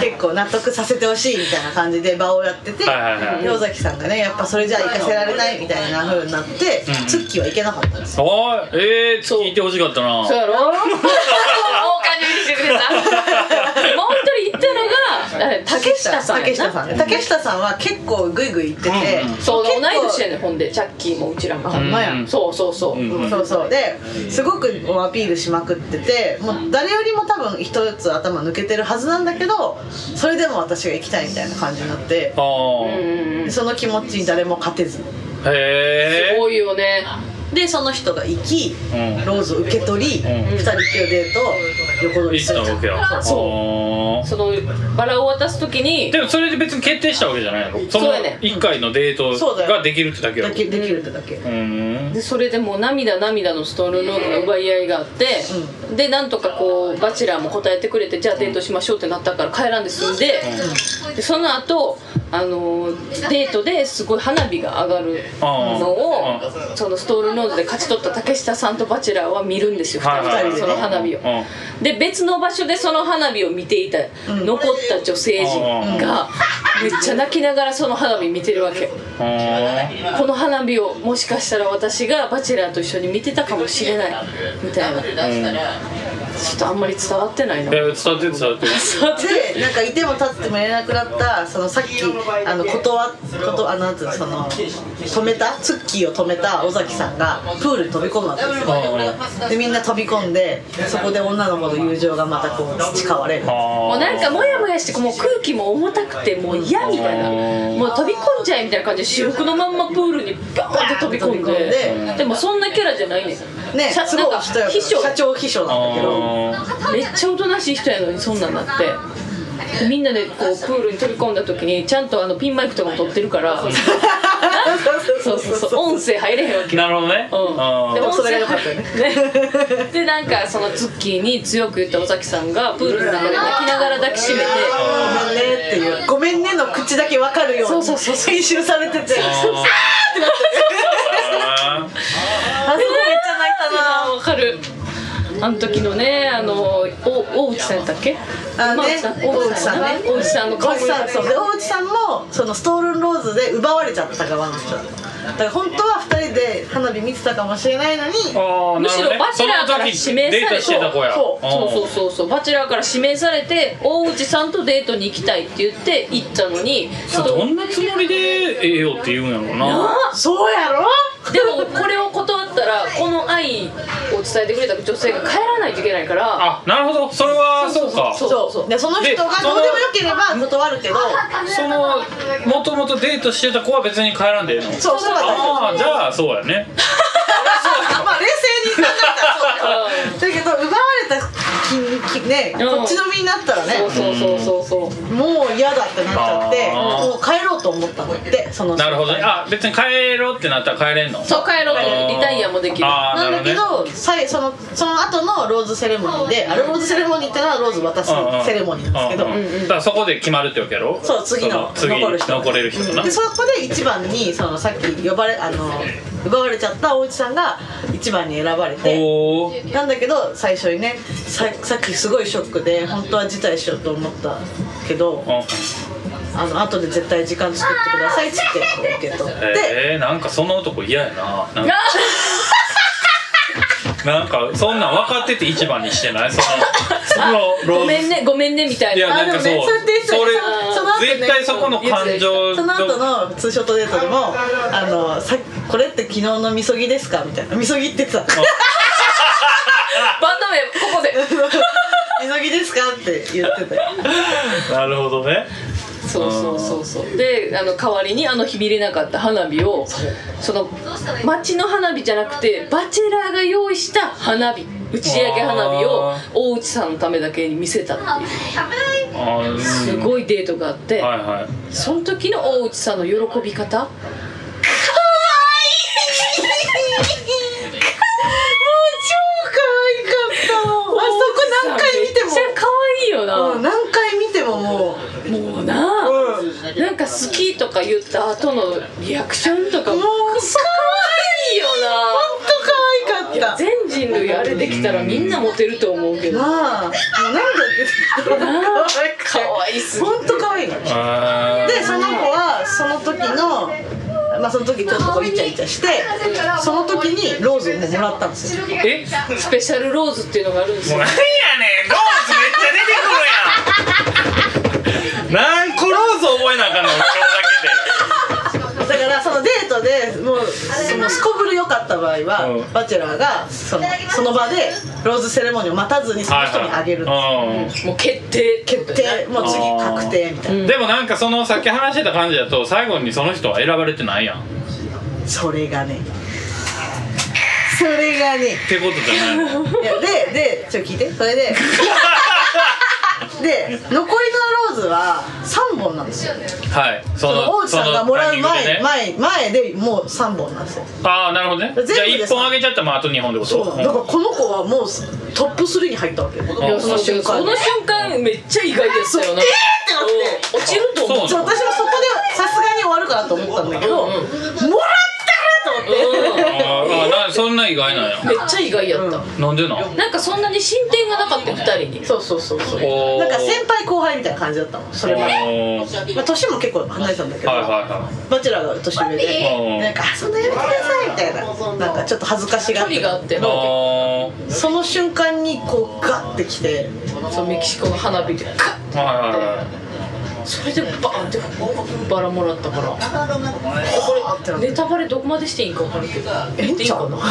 Speaker 1: 結構納得させてほしいみたいな感じで場をやってて
Speaker 3: はいはいはい
Speaker 1: 野崎さんがねやっぱそれじゃ行かせられないみたいな風になって
Speaker 3: うん
Speaker 1: ツッキーは行けなかったんですよ
Speaker 3: おいえー、聞いてほしかったな
Speaker 2: そうや (laughs) ろもう完全にしてくれたもう一人言ったのがあれ立竹下さん
Speaker 1: 竹
Speaker 2: や
Speaker 1: 下
Speaker 2: な
Speaker 1: さんね竹下さんは結構グイグイ行ってて、
Speaker 3: うんうん
Speaker 2: そう同
Speaker 1: 結
Speaker 2: い
Speaker 1: 構
Speaker 2: 年やねんほんでチャッキーもうちらも
Speaker 1: あほんまや
Speaker 3: うん
Speaker 2: そうそうそう、
Speaker 3: うん
Speaker 1: そうそうですごくアピールしまくっててもう誰よりも多分一つ頭抜けてるはずなんだけどそれでも私が行きたいみたいな感じになって
Speaker 3: ああ、
Speaker 2: うんうんうんす
Speaker 1: その気持ちに誰も勝てず
Speaker 3: へえ
Speaker 2: ごいよね
Speaker 1: でその人が行き
Speaker 3: うん
Speaker 1: ローズを受け取り、
Speaker 3: ん
Speaker 1: 二人っきりのデートを横取り
Speaker 3: 行っ
Speaker 1: する
Speaker 3: たわけやそ
Speaker 2: そのバラを渡す時に
Speaker 3: でもそれで別に決定したわけじゃないの
Speaker 2: そ
Speaker 3: そ
Speaker 2: う
Speaker 3: の
Speaker 2: やね
Speaker 3: 一回のデート
Speaker 1: そうだよ
Speaker 3: ができるってだけや
Speaker 1: だ
Speaker 3: ろ
Speaker 1: けできるってだけ、
Speaker 3: うーん
Speaker 2: でそれでもう涙涙のストールロードの奪い合いがあって、でなんとかこうバチェラーも答えてくれてじゃあデートしましょうってなったから帰らんで済んで,、でその後あのーデートですごい花火が上がる
Speaker 3: あー
Speaker 2: のを
Speaker 3: う
Speaker 2: そのストールロードで勝ち取った竹下さんとバチェラーは見るんですよ
Speaker 3: はいはい
Speaker 2: 2人でその花火を。で別の場所でその花火を見ていた残った女性陣がめっちゃ泣きながらその花火見てるわけ。
Speaker 3: うん
Speaker 2: この花火をもしかしたら私がバチェラーと一緒に見てたかもしれないみたいなちょっとあんまり伝わってないな
Speaker 3: え伝わってる伝
Speaker 2: (laughs)
Speaker 3: わってる
Speaker 1: でなんかいても立ってもいれなくなったそのさっきあの断ことあなんつうのその止めたツッキーを止めた尾崎さんがプールに飛び込むわけですよでみんな飛び込んでそこで女の子の友情がまたこう培われる
Speaker 3: あ
Speaker 2: もうなんか
Speaker 3: も
Speaker 2: モヤモヤしてもう空気も重たくてもう嫌みたいなもう飛び込んじゃえみたいな感じで主力のまんまプールにバーンって飛び込ん
Speaker 1: 飛び込
Speaker 2: ででもそんなキャラじゃないねん
Speaker 1: ね
Speaker 2: しゃ
Speaker 1: す
Speaker 2: なん
Speaker 1: ご
Speaker 2: か
Speaker 1: い人や
Speaker 2: 秘書
Speaker 1: 社長秘書なんだけど
Speaker 2: めっちゃおとなしい人やのにそんなんなってでみんなでこうプールに飛び込んだ時にちゃんとあのピンマイクとかも撮ってるからそうそうそう音声入れへんわけ
Speaker 3: なるほどね
Speaker 2: うん
Speaker 3: あ
Speaker 2: で
Speaker 3: ー
Speaker 2: も
Speaker 1: それが良かったよね
Speaker 2: ねでなんかそのツッキーに強く言った尾崎さんがプールの中で泣きながら抱きしめて
Speaker 1: ごめんねっていう「ごめんね」の口だけ分かるよう
Speaker 2: そう
Speaker 1: に
Speaker 2: そうそうそう
Speaker 1: 編集されてて
Speaker 3: あ
Speaker 1: あそこめっちゃ泣いたな
Speaker 2: あーわかるあの時のねあのお大内さんやったっけ
Speaker 1: あ
Speaker 2: 馬
Speaker 1: ね
Speaker 2: 内さん
Speaker 1: 大内さんね
Speaker 2: 大内さんの
Speaker 1: 大
Speaker 2: 顔
Speaker 1: 内さんそうで大内さんもそのストールンローズで奪われちゃった側の人だっただから本当は2人で花火見てたかもしれないのに
Speaker 3: ーあー
Speaker 2: むしろバチェラーから指名され
Speaker 3: その時デートしてた子や
Speaker 2: そうそうそううそうそうバチェラーから指名されて大内さんとデートに行きたいって言って行ったのに
Speaker 3: それどんなつもりでええよって言うんやろうな
Speaker 1: そうやろ
Speaker 2: でもこれを断ったらこの愛を伝えてくれた女性が帰らないといけないから
Speaker 3: あなるほどそれはそうか
Speaker 2: そう
Speaker 1: そうそうでその人が
Speaker 3: でそ
Speaker 1: ど
Speaker 3: の
Speaker 1: うでもよければ断るけど
Speaker 3: そのもともとデートしてた子は別に帰らんでええの
Speaker 1: そうそうだった
Speaker 3: ああじゃあそうやね
Speaker 1: まあ冷静に考えたらそうだよだけど奪われた気にね
Speaker 2: うん
Speaker 1: こっちの身になったらね
Speaker 2: そうそうそうそうそう
Speaker 1: もう嫌だってなっちゃって
Speaker 3: あー
Speaker 1: もう帰ろうと思ったんだってその
Speaker 3: なるほどねあ別に帰ろうってなったら帰れんの
Speaker 2: そう帰ろうとリタイアもできる
Speaker 3: あー
Speaker 1: なんだけ
Speaker 3: なるほ
Speaker 1: ど、さいそのその後のローズセレモニーで、あれローズセレモニーってのはローズ渡す
Speaker 3: うんうん
Speaker 1: セレモニーなんですけ
Speaker 3: うん
Speaker 1: ど、
Speaker 3: うんだからそこで決まるってわけやろ
Speaker 1: そう次の
Speaker 3: そ次
Speaker 1: 残る人
Speaker 3: 残れる人な
Speaker 1: でそこで一番にそのさっき呼ばれあの奪われちゃった大内さんが一番に選ばれて。
Speaker 3: おお
Speaker 1: なんだけど最初にねささっきすごいショックで本当は辞退しようと思ったけどあの後で絶対時間作ってくださいっつってこう受け取って
Speaker 3: えー、なんかその男嫌やななんかなんかそんなん分かってて一番にしてないそのそのロ
Speaker 2: ごめんねごめんねみたい
Speaker 3: いや
Speaker 2: な
Speaker 3: なんかそう
Speaker 1: あでもねそうやって言ってた
Speaker 3: それ
Speaker 1: その後ね
Speaker 3: 絶対そこの感情
Speaker 1: その後のツーショットデートでも「あのさこれって昨日のみそぎですか?」みたいな「みそぎ」って言ってた
Speaker 2: バンド名ここで
Speaker 1: みそぎですかって言ってたよ
Speaker 3: なるほどね
Speaker 2: そうそうそうそうであの代わりにあの日見れなかった花火をその町の花火じゃなくてバチェラーが用意した花火打ち上げ花火を
Speaker 3: あー
Speaker 2: 大内さんのためだけに見せたっていう
Speaker 3: あーうん
Speaker 2: すごいデートがあって、
Speaker 3: はいはい
Speaker 2: その時の大内さんの喜び方かわいいもう (laughs) 超かわいかったあ
Speaker 1: あそこ何回見ても
Speaker 2: めっちゃ可愛いよな、
Speaker 1: うん何回見てもも
Speaker 2: もうな、なんか好きとか言った後のリアクションとかも可
Speaker 1: うそ
Speaker 2: 愛いよ
Speaker 1: ほんと可愛か
Speaker 2: な
Speaker 1: った
Speaker 2: 全人類あれできたらみんなモテると思うけど
Speaker 1: なあもうなんだって可
Speaker 2: な
Speaker 1: 愛くて
Speaker 2: 可愛すぎ
Speaker 1: ほんと可愛いので
Speaker 3: あ
Speaker 1: その子はその時のまあその時ちょっとこうイチャイチャしてその時にローズをもらったんですよ
Speaker 3: ーえ
Speaker 2: スペシャルローズっていうのがあるんです
Speaker 3: もう
Speaker 2: よ
Speaker 3: なんやねんローズめっちゃ出てくるやんなんえなあかんの今日だ
Speaker 1: だからそのデートでもうそのすこぶる良かった場合は、
Speaker 3: うん
Speaker 1: バチェラーがそのその場でローズセレモニーを待たずに
Speaker 3: け
Speaker 1: そ
Speaker 3: で
Speaker 1: の人にあげるんですよ、
Speaker 3: はい
Speaker 2: もう決定決
Speaker 1: でもう次確定みたいな、
Speaker 3: うんでもなんかそのさっき話してた感じだと最後にその人は選ばれてないやんっ
Speaker 1: それがねそれがね
Speaker 3: てことじゃないの
Speaker 1: いやででちょっと聞いてそれでで残りのローズは3本なんですよ
Speaker 3: はいそ
Speaker 1: その
Speaker 3: の
Speaker 1: 王子さんがもらう
Speaker 3: そのタイミングで
Speaker 1: 前
Speaker 3: ね
Speaker 1: 前前でもう3本なんですよ
Speaker 3: ああなるほどね
Speaker 1: 全部
Speaker 3: じゃあ
Speaker 1: で
Speaker 3: 1
Speaker 1: す
Speaker 3: 本あげちゃったらまああと2本ってこと
Speaker 1: そうなんだだからこの子はもうトップ3に入ったわけよ
Speaker 2: いや
Speaker 1: そ
Speaker 2: そ
Speaker 1: の
Speaker 2: の
Speaker 1: 瞬
Speaker 2: 瞬
Speaker 1: 間
Speaker 2: 間
Speaker 1: に
Speaker 2: めっちゃ意外でしたよな
Speaker 1: え
Speaker 2: 落ちると思
Speaker 3: そう
Speaker 1: そう私もそこでさすがに終わるかなと思ったんだけど、もらったなと思って、
Speaker 2: う
Speaker 3: あーあーなそんな意外なんや
Speaker 2: めっちゃ意外やった、
Speaker 3: なんでなん
Speaker 2: なんかそんなに進展がなかったよ二人に
Speaker 1: そうそうそうそう
Speaker 3: おー
Speaker 1: なんか先輩後輩みたいな感じだったのそれまで、
Speaker 3: おー
Speaker 1: まあ、年も結構離れてたんだけど、
Speaker 3: はいはいは
Speaker 1: バチェラーが年上
Speaker 3: い
Speaker 1: で、
Speaker 3: お
Speaker 1: なん
Speaker 3: ー
Speaker 1: か「あそんなやめてください」みたいななんかちょっと恥ずかしが
Speaker 2: 距
Speaker 1: っ
Speaker 2: 離
Speaker 1: て
Speaker 2: があって
Speaker 3: あ
Speaker 1: その瞬間にこうガッてきて
Speaker 2: そうメキシコの花火でカッ
Speaker 3: ーはいはいはい
Speaker 2: それでバーンってバラもらったから
Speaker 1: あってなって
Speaker 2: ネタバレどこまでしていいんか分かるけど
Speaker 1: え
Speaker 2: 言
Speaker 1: ん
Speaker 2: っていい
Speaker 1: ちゃ
Speaker 2: か
Speaker 1: う
Speaker 2: な
Speaker 1: の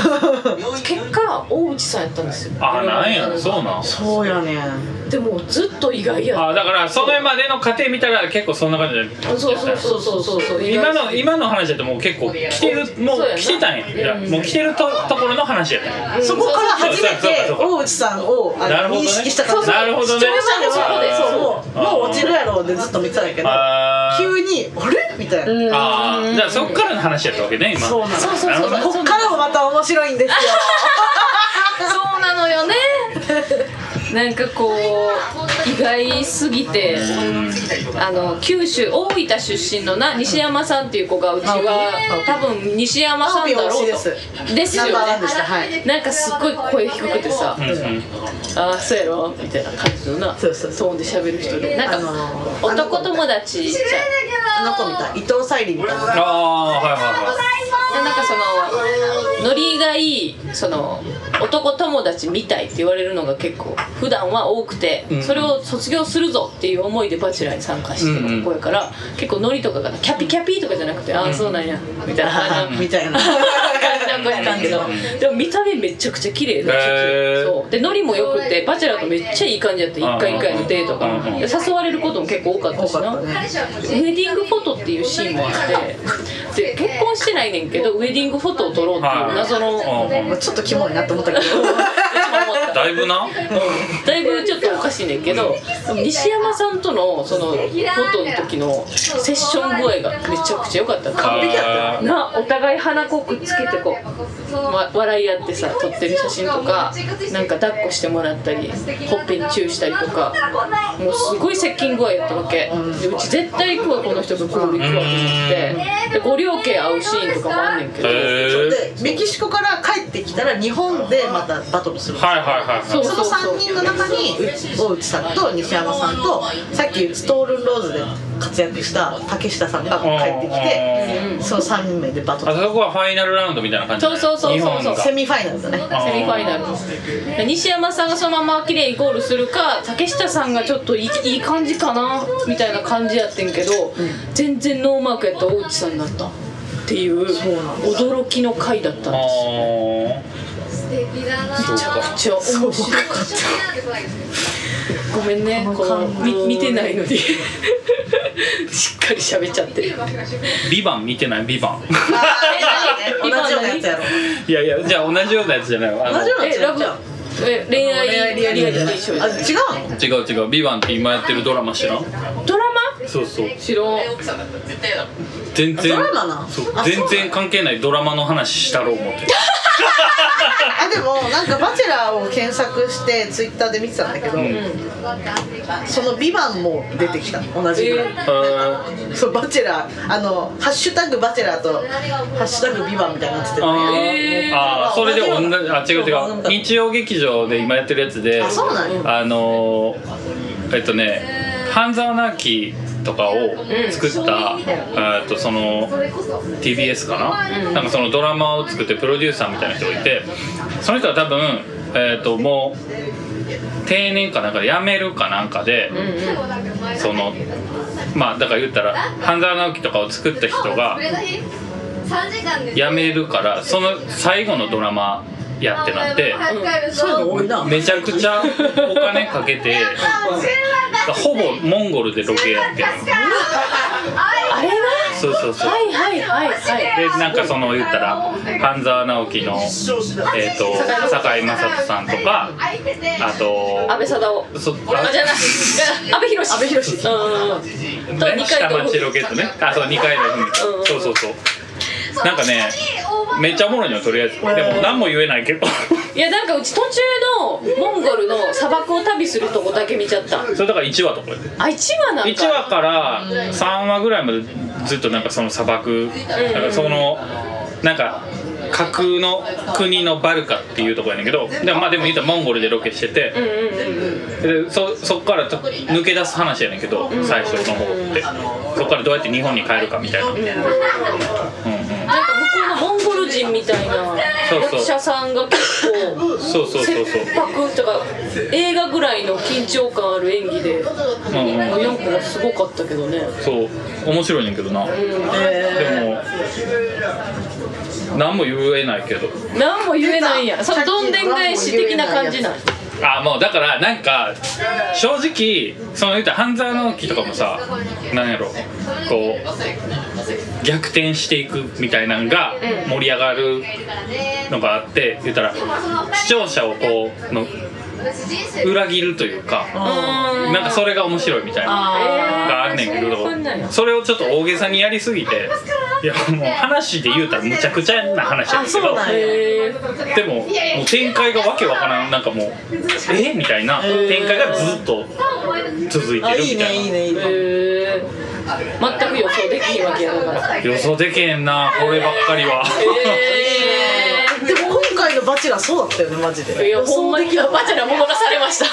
Speaker 2: 結果大内さんやったんですよ
Speaker 3: あーなんやそうなん
Speaker 1: (laughs) そうやねん
Speaker 2: でもずっと意外や
Speaker 3: あーだからそれまでの過程見たら結構そんな感じで
Speaker 2: そうそうそうそうそうそう意
Speaker 3: 今
Speaker 2: 外
Speaker 3: の今の話だともう結構来てるもう
Speaker 2: そうやな
Speaker 3: 来てたんやもう来てるとところの話やったんや
Speaker 1: そこから初めて
Speaker 3: そうそうそうそう
Speaker 1: 大内さんをあの
Speaker 3: なるほどね
Speaker 1: 認識した感じ
Speaker 3: なるほどね
Speaker 1: それまでは
Speaker 3: そ
Speaker 1: そ
Speaker 3: う
Speaker 1: う
Speaker 3: そう
Speaker 1: もうもう落ちるやろうでずっと見てたんだけど
Speaker 3: あー
Speaker 1: 急に「あれ?」みたいな、
Speaker 3: あーじゃあそっからの話やったわけね今
Speaker 1: そうなの
Speaker 2: そうそうそう
Speaker 3: なるほ
Speaker 1: こっからもまた面白いんです
Speaker 2: (laughs)
Speaker 1: よ
Speaker 2: そうなの (laughs) よねなんかこう意外すぎてあの九州大分出身のな西山さんっていう子がうちは多分西山さんだろう
Speaker 1: 青木推し
Speaker 2: とですよ
Speaker 1: ナンバーワンで
Speaker 2: ね
Speaker 1: したはい
Speaker 2: なんかすっごい声低くてさ
Speaker 3: うんうん
Speaker 2: 「ああそうやろ」みたいな感じのなト
Speaker 1: そうそうそう
Speaker 2: ーンで喋る人でな
Speaker 1: あ
Speaker 2: ん
Speaker 1: の
Speaker 2: か
Speaker 1: ー
Speaker 2: 男友達じゃ
Speaker 1: あの子みたい伊藤沙莉みたいな
Speaker 3: ああはいはいはい
Speaker 2: んなんかそのノリがいいその男友達みたいって言われるのが結構普段は多くて、
Speaker 3: うん
Speaker 2: それを卒業するぞっていう思いで「バチェラー」に参加して
Speaker 3: うんう
Speaker 2: る
Speaker 3: ん
Speaker 2: 子やから、結構ノリとかがキャピキャピとかじゃなくて「ああそうなんや」みたいな感じの
Speaker 1: みたいな
Speaker 2: 子やねんけどでも見た目めちゃくちゃ綺麗だし
Speaker 3: へー
Speaker 2: そうでノリもよくて「バチェラー」とめっちゃいい感じやった一回一回のデートが
Speaker 3: うんうん
Speaker 2: で誘われることも結構多かった
Speaker 1: 多
Speaker 2: しな
Speaker 1: かったね
Speaker 2: ウェディングフォトっていうシーンもあってで結婚してないねんけどウェディングフォトを撮ろうっていう謎の、
Speaker 3: はいうんうん
Speaker 1: ちょっとキモいなと思ったけど
Speaker 3: だいぶな
Speaker 2: だいぶちょっとおかしいねんけど西山さんとのそのフォトの時のセッション具合がめちゃくちゃ良かった完璧
Speaker 3: あー
Speaker 2: なお互い鼻こうくっつけてこう、わ笑い合ってさ撮ってる写真とかなんか抱っこしてもらったりほっぺにチューしたりとかもうすごい接近具合やったわけ、でうち絶対行くわこの人とゴール行くわと思ってでご両家会うシーンとかもあんねんけど、
Speaker 3: へえ
Speaker 1: でメキシコから帰ってきたら日本でまたバトルする
Speaker 3: はいはいはい
Speaker 2: そう
Speaker 3: は
Speaker 1: そ
Speaker 3: い
Speaker 1: の3人の中に大内さんと西山さんとさっきストールンローズで活躍した竹下さんが帰ってきて
Speaker 3: うん
Speaker 1: その3名でバト
Speaker 3: あ
Speaker 1: ル
Speaker 3: そこはファイナルラウンドみたいな感じ
Speaker 2: そうそうそうそう
Speaker 3: 日本が
Speaker 1: セミファイナルだね
Speaker 3: あー
Speaker 2: セミファイナルで西山さんがそのまま綺麗イコールするか竹下さんがちょっといいいい感じかなみたいな感じやってんけど、全然ノーマークやった大内さんだったっていう驚きの回だったん
Speaker 3: あ
Speaker 2: ですよ
Speaker 3: ー
Speaker 2: めちゃくちゃ面白いごめんねこのみ見てないのに (laughs) しっかり喋っちゃってる
Speaker 3: ビバン見てないビバン
Speaker 1: 同じようなやつやろ
Speaker 3: いやいやじゃあ同じようなやつじゃないわあの
Speaker 1: 同じようなや
Speaker 2: え
Speaker 1: つ
Speaker 2: ラ
Speaker 1: や
Speaker 2: ブ
Speaker 1: ろ
Speaker 2: え恋愛
Speaker 1: 恋愛リアリ
Speaker 2: リア
Speaker 1: テ
Speaker 2: リティ
Speaker 1: ィ
Speaker 2: シ
Speaker 1: シ
Speaker 2: ョ
Speaker 1: ョ
Speaker 2: ー
Speaker 1: ー
Speaker 2: じ
Speaker 1: あ
Speaker 2: ゃない
Speaker 1: 違うの
Speaker 3: 違う違うビバンって今やってるドラマ知らん
Speaker 2: ドラマ
Speaker 3: そうそう
Speaker 2: 知らん
Speaker 3: 全然
Speaker 1: ドラマなん
Speaker 3: そう
Speaker 1: あ
Speaker 3: 全然関係ないドラマの話したろう思って
Speaker 1: あでもなんか「バチェラー」を検索してツイッターで見てたんだけど、その「ビバンも出てきた同じぐらい、
Speaker 3: えー
Speaker 1: そうバチェラーあの「ハッシュタグバチェラー」と「ハッシュタグビバンみたいになってて
Speaker 3: あー、
Speaker 2: えー
Speaker 3: あーそれで同じあ違う違う日曜劇場で今やってるやつであ
Speaker 1: あそうなんや
Speaker 3: のーえっとね「半沢直樹」とかを作った、えっとその TBS かな、なんかそのドラマを作ってプロデューサーみたいな人がいてその人は多分えっともう定年かなんかで辞めるかなんかで、そのまあだから言ったら半沢直樹とかを作った人が辞めるからその最後のドラマやってなって
Speaker 4: そういうの
Speaker 5: 多いな
Speaker 3: めちゃくちゃお金かけてほぼモンゴルでロケやってる
Speaker 2: あれな
Speaker 3: そうそうそう
Speaker 2: はいはいはいはい
Speaker 3: でなんかその言ったら半沢直樹の、えー、と堺雅人さんとかあと
Speaker 2: 安倍貞夫
Speaker 3: そ
Speaker 2: あじゃない安倍博士安倍博士うんと
Speaker 3: ね
Speaker 2: 二階
Speaker 3: 下
Speaker 2: 堂ふみ
Speaker 3: 町ロケットねあそう二階堂ふみさん
Speaker 2: うんうん
Speaker 3: そうそうそうなんかねめっちゃおもろいのよとりあえずでも何も言えないけど (laughs)
Speaker 2: いやなんかうち途中のモンゴルの砂漠を旅するとこだけ見ちゃった
Speaker 3: それだから1話とかで
Speaker 2: あ一話なんか
Speaker 3: 1話から3話ぐらいまでずっとなんかその砂漠だからそのなんか架空の国のバルカっていうとこやねんけどでもまあでも言ったらモンゴルでロケしてて、
Speaker 2: うんうんうん
Speaker 3: でそそっからと抜け出す話やねんけど最初の方ってそっからどうやって日本に帰るかみたいな、うんうん、
Speaker 2: なんか向こうのモンゴル人みたいな
Speaker 3: そうそう
Speaker 2: 役者さんが結構
Speaker 3: そうそうそうそう
Speaker 2: 切迫とか映画ぐらいの緊張感ある演技で
Speaker 3: うんうん
Speaker 2: なんかすごかったけどね
Speaker 3: そう面白いねんけどな、でも何も言えないけど
Speaker 2: 何も言えないやんそのどんでん返し的な感じなん
Speaker 3: あもうだからなんか正直その言うたら半沢直樹とかもさなんやろこう逆転していくみたいなんが盛り上がるのがあって言ったら視聴者をこうの裏切るというかなんかそれが面白いみたいながあんねんけどそれをちょっと大げさにやりすぎていやもう話で言うたらむちゃくちゃな話やねんけど
Speaker 2: へえ
Speaker 3: でももう展開がわけわからんなんかもうえみたいな展開がずっと続いて
Speaker 5: あ
Speaker 3: る
Speaker 5: い
Speaker 3: み
Speaker 5: い
Speaker 3: た
Speaker 5: ねい
Speaker 3: い
Speaker 5: い
Speaker 3: な
Speaker 5: ねいいね
Speaker 2: へえ全く予想できひんわけやだから
Speaker 3: 予想できへんなこればっかりは
Speaker 2: へ
Speaker 5: でも今回の「バチェラー」そうだったよねマジで
Speaker 2: えいやほんまにバチェラ戻らされました
Speaker 5: い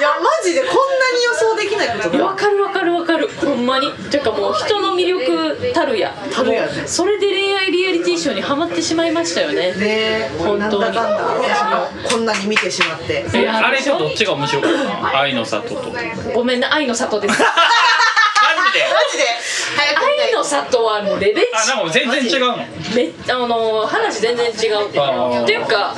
Speaker 5: やマジでこんなに予想できないこと
Speaker 2: いや
Speaker 5: が
Speaker 2: わかるわかるわかるほんまにていうかもう人の魅力たるや
Speaker 5: たるやね
Speaker 2: それで恋愛リアリティショーにハマってしまいましたよね
Speaker 5: ね
Speaker 2: 本当に
Speaker 5: なんだかんだ私もこんなに見てしまって
Speaker 3: えあれとどっちが面白かった愛の里とマジで
Speaker 2: ごめんな愛の里です
Speaker 5: マジで早く見たい
Speaker 2: 愛の里はレベチ
Speaker 3: あなんか全然違うの
Speaker 2: めっあの話全然違う
Speaker 3: あー
Speaker 2: っていうかあ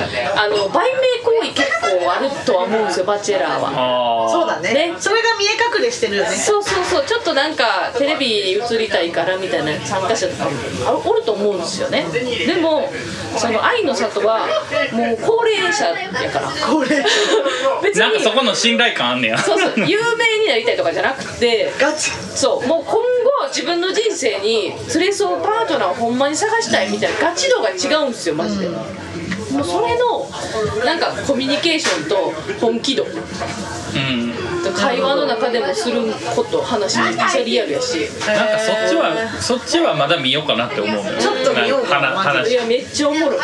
Speaker 2: の売名行為結構あるとは思うんですよバチェラーは
Speaker 3: あ
Speaker 5: そうだね
Speaker 2: ね
Speaker 5: それが見え隠れしてるよね
Speaker 2: そうそうそうちょっとなんかテレビに映りたいからみたいな参加者とかもあおると思うんですよねでもその愛の里はもう高齢者やから (laughs)
Speaker 5: これ
Speaker 2: 別
Speaker 3: あなんかそ
Speaker 2: に
Speaker 3: この信頼感あんねや
Speaker 2: そうそう有名になりたいとかじゃなくて
Speaker 5: ガチ
Speaker 2: そうもう今後自分の人生に連れ添うパートナーをほんまに探したいみたいなガチ度が違うんですよマジで、もうそれのなんかコミュニケーションと本気度
Speaker 3: うん
Speaker 2: 会話の中でもすること話めっちゃリアルやし
Speaker 3: なんかそっちはそっちはまだ見ようかなって思うのよ
Speaker 5: ちょっと見ようかな
Speaker 3: なん
Speaker 5: マ
Speaker 2: い
Speaker 3: 話
Speaker 2: やめっちゃおもろい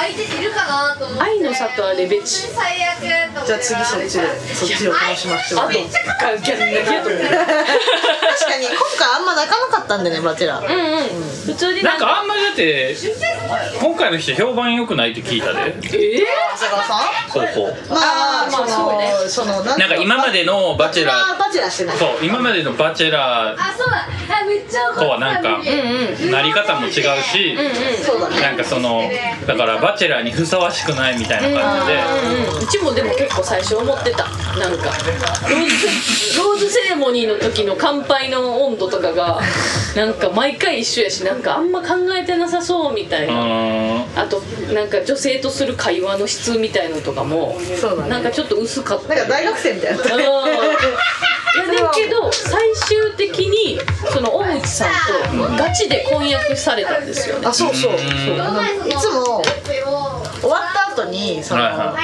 Speaker 2: 愛の里はレベチ
Speaker 5: じゃあ次そっちでそっちを楽しませて
Speaker 2: あ
Speaker 5: もら
Speaker 2: と
Speaker 5: う
Speaker 2: ガンギャンギャンと
Speaker 5: 確かに今回あんま泣かなかったんでねバチェラー
Speaker 2: うんうん普通に
Speaker 3: なん
Speaker 2: か
Speaker 3: かあんまりだって今回の人評判良くないって聞いたで
Speaker 2: え
Speaker 5: 長谷川さん
Speaker 3: そうそう
Speaker 5: ま
Speaker 2: あ
Speaker 5: あ
Speaker 2: ーまあそうね
Speaker 5: そのそのな
Speaker 3: なんか今までのバチェラー
Speaker 5: バチェラーしてない
Speaker 3: そう今までの「バチェラー
Speaker 4: とはなんか、
Speaker 2: ー、うんうん」
Speaker 3: なり方も違うし、
Speaker 5: そうだね
Speaker 3: なんかそのだから「バチェラー」にふさわしくないみたいな感じで、
Speaker 2: うんうん、うちもでも結構最初思ってたなんかローズローズセレモニーの時の乾杯の温度とかがなんか毎回一緒やしなんかあんま考えてなさそうみたいうな、
Speaker 3: ーん
Speaker 2: あとなんか女性とする会話の質みたいのとかも
Speaker 5: そうだね
Speaker 2: なんかちょっと薄かった
Speaker 5: なんか大学生みたいな
Speaker 2: うんいやだけど最終的にその大内さんとガチで婚約されたんですよね
Speaker 5: (laughs) あそうそう
Speaker 3: うん
Speaker 5: あのいつも終わった後にその、
Speaker 3: はいは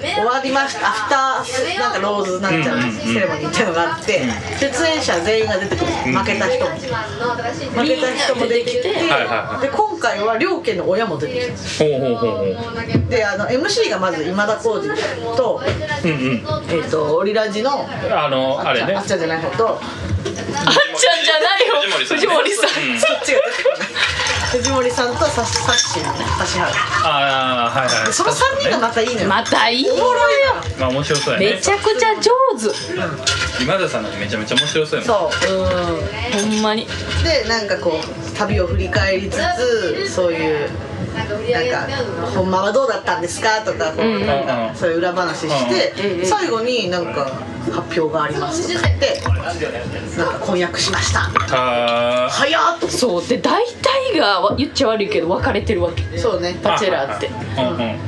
Speaker 5: 終わりましたアフターなんかローズなんちゃら
Speaker 3: うんうんうん
Speaker 5: セレモニーっていうのがあって出演者全員が出てくる負けた人も負けた人も出てきて
Speaker 2: はい
Speaker 3: はいは
Speaker 5: で今回は両家の親も出てきて
Speaker 3: ほうほうほうほう
Speaker 5: であの MC がまず今田耕司と,、
Speaker 3: うんうん
Speaker 5: えー、とオリラジの
Speaker 3: あのあれね
Speaker 5: あっちゃんじゃない方と
Speaker 2: あっちゃんじゃないよ藤
Speaker 3: 藤
Speaker 2: 森
Speaker 3: 森
Speaker 2: さ
Speaker 3: さ
Speaker 2: ん
Speaker 3: んね
Speaker 5: 違う
Speaker 1: 藤森さんとささっしーのね指原
Speaker 3: ああはいはい
Speaker 1: でその3人がまたいいのよ、
Speaker 2: またいいよ
Speaker 1: おもろいな
Speaker 3: まあ面白そうやね
Speaker 2: めちゃくちゃ上手
Speaker 3: 今田さんなんてめちゃめちゃ面白そうやもん
Speaker 1: そううん
Speaker 2: ほんまに
Speaker 1: でなんかこう旅を振り返りつつそういうなんか「ほんまはどうだったんですか?」とかこ
Speaker 2: うんう
Speaker 1: うんなんかそういう裏話して
Speaker 2: うんうん
Speaker 1: 最後になんか発表がありますとか言ってなんか婚約しました
Speaker 3: あー
Speaker 1: 早っと
Speaker 2: そうで大体がわ言っちゃ悪いけど別れてるわけ
Speaker 1: そうね
Speaker 2: バチェラーって
Speaker 3: うん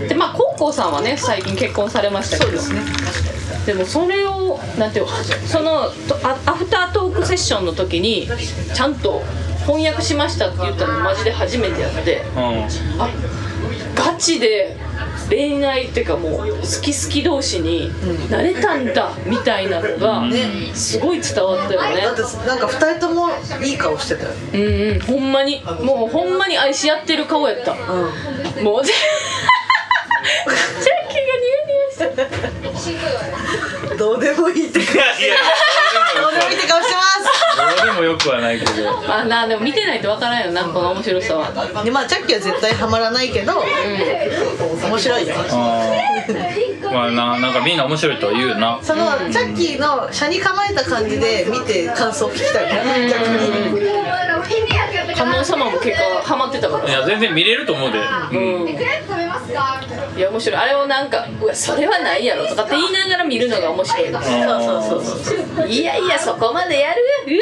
Speaker 3: うん
Speaker 2: でまあコウコウさんはね最近結婚されました
Speaker 1: そう
Speaker 2: け
Speaker 1: で
Speaker 2: ど
Speaker 1: すね
Speaker 2: でもそれをなんていうのそのとあアフタートークセッションの時にちゃんと翻訳しましたって言ったのマジで初めてやって
Speaker 3: うん
Speaker 2: あガチで恋愛っていうかもう好き好き同士になれたんだみたいなのが
Speaker 1: ね
Speaker 2: すごい伝わったよね
Speaker 1: だってなんか2人ともいい顔してたよね
Speaker 2: うんうんほんまにもうほんまに愛し合ってる顔やった
Speaker 1: うん
Speaker 2: も (laughs) うジャッキーがニヤニヤして
Speaker 1: どうでもいいって
Speaker 3: いやいや
Speaker 1: どうでもいいって顔してま
Speaker 3: どうでもよくはないけど
Speaker 2: まあなでも見てないとわからんよなこの面白さは
Speaker 1: すでまあチャッキーは絶対ハマらないけど面白いよ
Speaker 3: あーまあななんかみんな面白いとは言うな
Speaker 1: そのチャッキーの車に構えた感じで見て感想を聞きたいね逆に
Speaker 2: 観音様も結果ハマってたから
Speaker 3: いや全然見れると思うで、
Speaker 2: うん
Speaker 4: クレープ食べますかみたいない
Speaker 2: や面白いあれをなんか「うわそれはないやろ」とかって言いながら見るのが面白い
Speaker 3: そう
Speaker 1: そう
Speaker 3: そうそ
Speaker 2: 「
Speaker 3: う
Speaker 2: いやいやそこまでやるうわ!」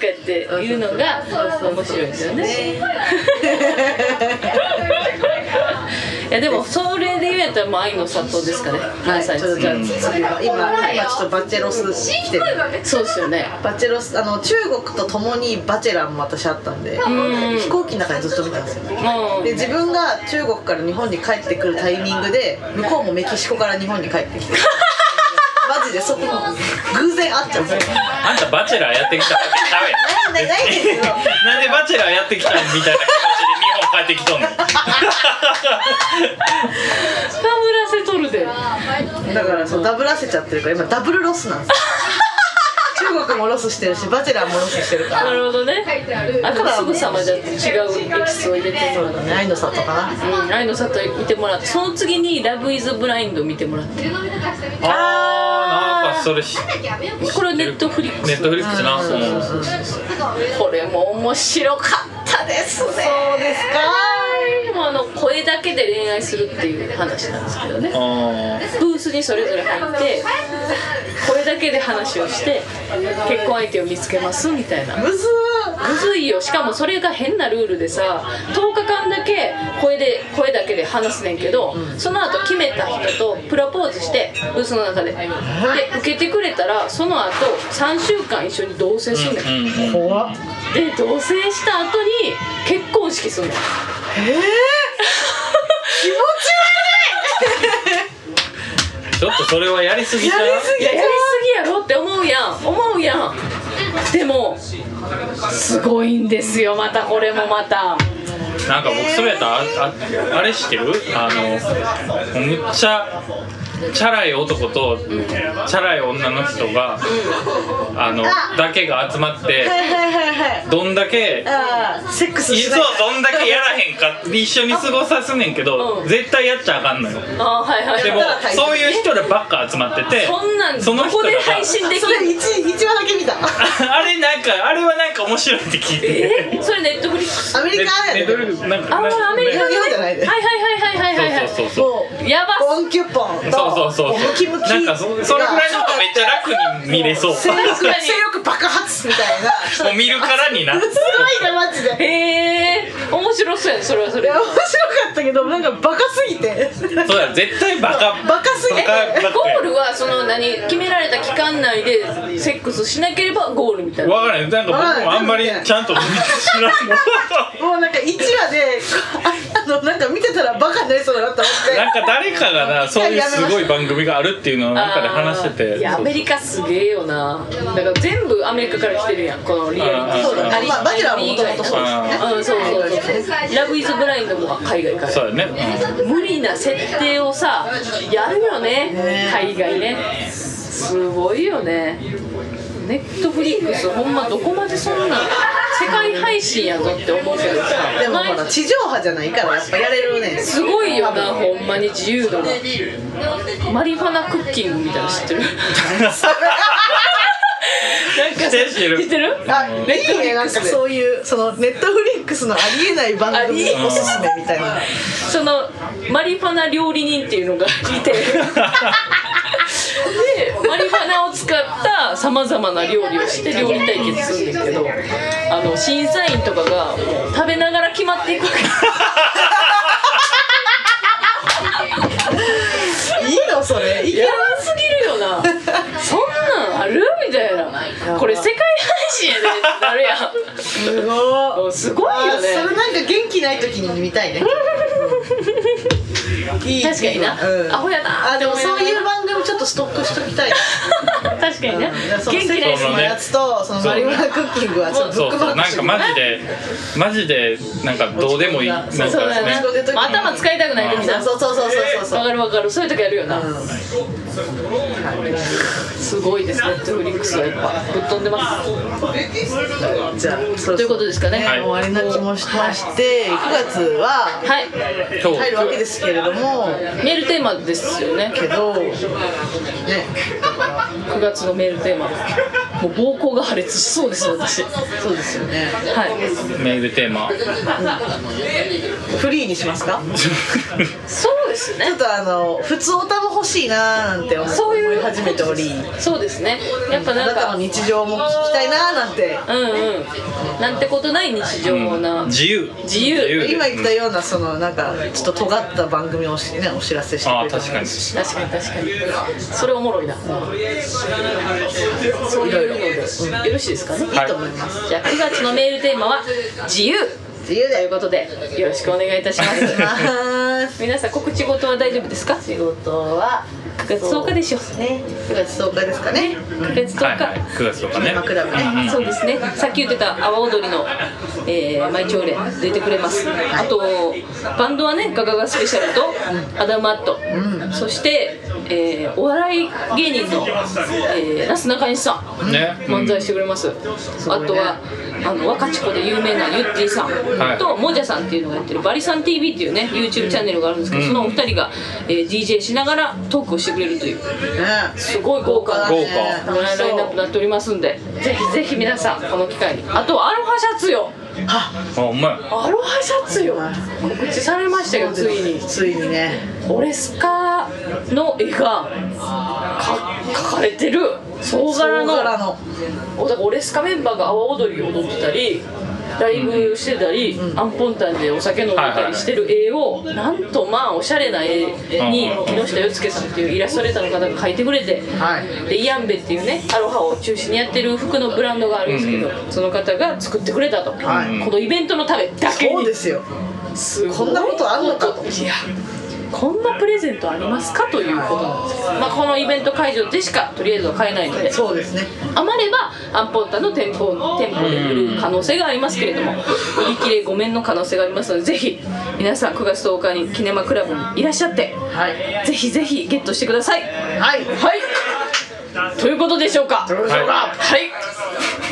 Speaker 2: とかって言うのが面白いですよねいやでもそれで言うやったらもう愛の里ですかね何歳
Speaker 1: ちょっと
Speaker 2: です
Speaker 1: じゃ
Speaker 2: か
Speaker 1: あ次は今今ちょっとバチェロス来てる
Speaker 2: そうですよね
Speaker 1: バチェロスあの中国と共にバチェラーも私あったんで
Speaker 2: ん
Speaker 1: 飛行機の中でずっと見たんですよ
Speaker 2: もう
Speaker 1: で自分が中国から日本に帰ってくるタイミングで向こうもメキシコから日本に帰ってきてマジでそこ偶然会っちゃうんですよ
Speaker 3: あんたバチェラーやってきたわけちゃうやん
Speaker 1: なんでないですよ
Speaker 3: なんでバチェラーやってきたんみたいな気持ちで日本帰って
Speaker 1: (laughs)
Speaker 3: きとんの
Speaker 2: 深村せとるで
Speaker 1: だからそうダブらせちゃってるから今ダブルロスなんです (laughs) よ中国もロスしてるしバチェラーもロスしてるから
Speaker 2: なるほどねあとすぐさまじゃ違うエキスを入れてる
Speaker 1: そうだね愛の里かな
Speaker 2: うん、愛の里見てもらってその次に「ラブイズブラインド見てもらって
Speaker 3: あーなんかそれし
Speaker 2: これネットフリック
Speaker 3: ネ
Speaker 2: ス
Speaker 3: ットフリックスな
Speaker 1: そうそうそう
Speaker 3: うん
Speaker 2: これも面白かったですね
Speaker 1: そうですか
Speaker 2: もうあの声だけで恋愛するっていう話なんですけどね
Speaker 3: あー
Speaker 2: ブースにそれぞれ入って声だけで話をして結婚相手を見つけますみたいな
Speaker 1: むず
Speaker 2: むずいよしかもそれが変なルールでさ10日間だけ声で声だけで話すねんけど、その後決めた人とプロポーズしてブースの中でで受けてくれたらその後3週間一緒に同棲すんねん、
Speaker 3: うんう
Speaker 1: ー
Speaker 3: ん
Speaker 1: 怖っ
Speaker 2: で同棲した後に結婚式すんねん
Speaker 1: えー、気持
Speaker 3: ちょっとそれはやりすぎちゃう
Speaker 1: やりす
Speaker 2: いややりすぎやろって思うやん思うやんでもすごいんですよまたこれもまた
Speaker 3: なんか僕それやったらあああれ知ってるあのむっちゃチャラい男とチャラい女の人が、あのだけが集まって
Speaker 1: ぎはいはいはいはい
Speaker 3: どんだけ
Speaker 1: あーセックス
Speaker 3: い
Speaker 1: し
Speaker 3: つ
Speaker 1: ない
Speaker 3: はどんだけやらへんか一緒に過ごさすねんけど、
Speaker 2: うん
Speaker 3: 絶対やっちゃあかんのよ
Speaker 2: あーはいはい
Speaker 3: でも
Speaker 1: やったら大変
Speaker 3: そういう人らばっか集まってて
Speaker 2: そんなん
Speaker 3: そ
Speaker 2: ど
Speaker 3: の人
Speaker 2: こ
Speaker 3: ら
Speaker 2: で
Speaker 3: が
Speaker 2: 配信でき
Speaker 1: そ
Speaker 2: る
Speaker 1: れ一一話だけ見た
Speaker 3: (laughs) ああれなんかあれはなんか面白いって聞いて
Speaker 2: えそれネットフリックス
Speaker 1: アメリカ
Speaker 3: え
Speaker 1: や
Speaker 3: ど
Speaker 1: で
Speaker 3: れなんか
Speaker 2: あ
Speaker 3: なんか
Speaker 2: アメリカのね
Speaker 1: 日本じゃないで
Speaker 2: はいはいはいはいはいはいはい
Speaker 3: そうそうそ
Speaker 1: も
Speaker 3: う
Speaker 1: う
Speaker 2: やば
Speaker 1: ボンキュッポンと
Speaker 3: (laughs) そうそうそうそう
Speaker 1: ムキムキ
Speaker 3: なんかそそれぐらいの方がめっちゃ楽に見れそう
Speaker 1: 性欲
Speaker 2: 確かに
Speaker 1: 性欲爆発みたいなす
Speaker 3: もう見るからになって
Speaker 1: ごいなマジで
Speaker 2: へえ面白そうやねそれはそ
Speaker 1: い
Speaker 2: れ
Speaker 1: や面白かったけどなんかバカすぎて
Speaker 3: そうだ絶対バカ
Speaker 1: バカすぎ
Speaker 3: バ
Speaker 1: て
Speaker 3: カバカ
Speaker 2: ゴールはその何決められた期間内でセックスしなければゴールみたいな
Speaker 3: わからないなんか僕もあんまりちゃんと見て知らんもん
Speaker 1: もうなんか1話でああのなんか見てたらバカになりそうだなと思って
Speaker 3: なんか誰かがなそういうすごい番組があるっていうのを中で話してて
Speaker 2: いやアメリカすげえよなだから全部アメリカから来てるやんこのリアリティ
Speaker 1: そうだねまあバジラーももともとそうですよね
Speaker 2: うんそうそうそうラブイズブラインドも海外から
Speaker 3: そうだね、
Speaker 2: 無理な設定をさやるよね海外ねすごいよねネットフリックスほんまどこまでそんな世界配信やぞって思うけどさ
Speaker 1: でもほ
Speaker 2: 毎
Speaker 1: ら
Speaker 2: 日
Speaker 1: 地上波じゃないからやっぱやれるね
Speaker 2: すごいよなほんまに自由度がマリファナクッキングみたいなの知ってる (laughs) なんかさ
Speaker 3: 知ってる
Speaker 2: 知ってる
Speaker 1: あいいねなんかそういうそのネットフリックスのありえない番組おすすめみたいな
Speaker 2: そのマリファナ料理人っていうのがいてでマリファナを使ったさまざまな料理をして料理対決するんだけどあの審査員とかがもう食べながら決まっていくわけ
Speaker 1: いいのそれいけ
Speaker 2: や
Speaker 1: る
Speaker 2: ばすぎるよなそんなんあるみたいなこれ世界配信やでってなるや
Speaker 1: すごい
Speaker 2: んすごい
Speaker 1: あ
Speaker 2: よ
Speaker 1: それなん
Speaker 2: ね
Speaker 1: か元気ない時に見たいねいい
Speaker 2: 確かにな
Speaker 1: うん
Speaker 2: アホやな
Speaker 1: あでもそういう番組ちょっとストックしときた (laughs) い
Speaker 2: 確かにね
Speaker 1: うんその
Speaker 2: 元気
Speaker 1: セ
Speaker 2: な
Speaker 1: ッ
Speaker 2: い
Speaker 1: クスのやつとそのマリファナクッキングはちょっとブ
Speaker 3: (laughs) そう
Speaker 1: ック
Speaker 3: そ
Speaker 1: バ
Speaker 3: う
Speaker 1: ック
Speaker 3: なん
Speaker 1: し
Speaker 3: か
Speaker 1: とき
Speaker 3: マ
Speaker 1: た
Speaker 3: ジでマジでなんかどうでもいいなんか
Speaker 2: そうだね
Speaker 3: ね
Speaker 1: そう
Speaker 2: 頭使いたくない時な
Speaker 1: そうそうそうそうそう
Speaker 2: わかるわかるそういう時あるよな、
Speaker 1: うん
Speaker 2: すごいですね、ネットフリックスはやっぱぶっ飛んでます。
Speaker 1: じゃあそろそろ
Speaker 2: ということですかね
Speaker 1: 終わりな気もしまして9月は
Speaker 2: はい、
Speaker 3: 今
Speaker 1: 入るわけ
Speaker 3: 日
Speaker 1: ですけれども
Speaker 2: メールテーマですよね、
Speaker 1: けどね
Speaker 2: 9月のメールテーマ。もう膀胱が破裂しそうです、私。は
Speaker 1: そうですよね
Speaker 2: い、
Speaker 3: メールテーマ
Speaker 1: フリーにしますか
Speaker 2: そうで
Speaker 1: ち
Speaker 2: す
Speaker 1: ょ
Speaker 2: ね
Speaker 1: っ。とあの普通オタも欲しいなーなんて思
Speaker 2: そういう
Speaker 1: い始めており
Speaker 2: そうですね、やっぱ
Speaker 1: あ
Speaker 2: な
Speaker 1: なんた
Speaker 2: か
Speaker 1: の。日常も聞きたいなーなんて
Speaker 2: うんうん、なんてことない日常な。
Speaker 3: 自由
Speaker 2: 自由
Speaker 3: で
Speaker 1: 今言ったようなそのなんかちょっと尖った番組をし、ね、お知らせして
Speaker 3: あ
Speaker 1: く
Speaker 3: あ
Speaker 1: れた
Speaker 3: 確かに
Speaker 2: 確かに確かにそれおもろいなそういうので、うんよろしいですかね
Speaker 1: いいと思います、
Speaker 2: じゃあ9月のメールテーマは自由
Speaker 1: 自由
Speaker 2: と
Speaker 1: だ
Speaker 2: いう
Speaker 1: よ
Speaker 2: ことでよろしくお願いいたします
Speaker 3: (laughs)
Speaker 2: (laughs) 皆さん告知事は大丈夫ですか
Speaker 1: 仕事は
Speaker 2: 9月10日でしょ
Speaker 1: ね9月10日ですかね
Speaker 2: 9月10日、
Speaker 3: はいはい9月とかね
Speaker 1: マクラブね
Speaker 3: うんうん
Speaker 2: そうですねさっき言ってた阿波踊りの、えー、舞朝礼出てくれますあとバンドはねガガガスペシャルとアダムアット、そして、えーお笑い芸人の、えー、なすなかにしさん
Speaker 3: ね
Speaker 2: 漫才してくれます、あとはあの若智子で有名なゆってぃさん
Speaker 3: はい
Speaker 2: と、もじゃさんっていうのがやってる「バリさん TV」っていうね YouTube チャンネルがあるんですけど、そのお二人が、えー DJ しながらトークをしてくれるというすごい豪華な
Speaker 3: 豪
Speaker 2: ラ
Speaker 3: 華
Speaker 2: インナップになっておりますんでぜひぜひ皆さんこの機会にあとアロハシャツよ
Speaker 3: あお前
Speaker 2: アロハシャツよ告知されましたよついに
Speaker 1: ついにね
Speaker 2: オレスカの絵がか描かれてる総柄の
Speaker 1: 大柄の
Speaker 2: おだからオレスカメンバーが阿波踊りを踊ってたりライブしてたり、アンポンタンでお酒飲んでたりしてる絵を、なんとまあおしゃれな絵に
Speaker 3: うん
Speaker 2: 木下よつけさんっていうイラストレーターの方が描いてくれて、
Speaker 1: はい
Speaker 2: でイアンベっていうねアロハを中心にやってる服のブランドがあるんですけど、その方が作ってくれたと、
Speaker 1: はい
Speaker 2: このイベントのためだけ
Speaker 1: そう
Speaker 2: に
Speaker 1: ですよ
Speaker 2: すごい
Speaker 1: こんなことあんのかと
Speaker 2: いやこんなプレゼントありますかということなんですけど、まあ、このイベント会場でしかとりあえずは買えないので
Speaker 1: そうですね
Speaker 2: 余ればアンポンタの店舗店舗で売る可能性がありますけれども売り切れ5面の可能性がありますのでぜひ皆さん9月10日にキネマクラブにいらっしゃって
Speaker 1: はい
Speaker 2: ぜひぜひゲットしてくださいは
Speaker 1: はい
Speaker 2: いということでしょうか
Speaker 1: どうしようか
Speaker 2: はい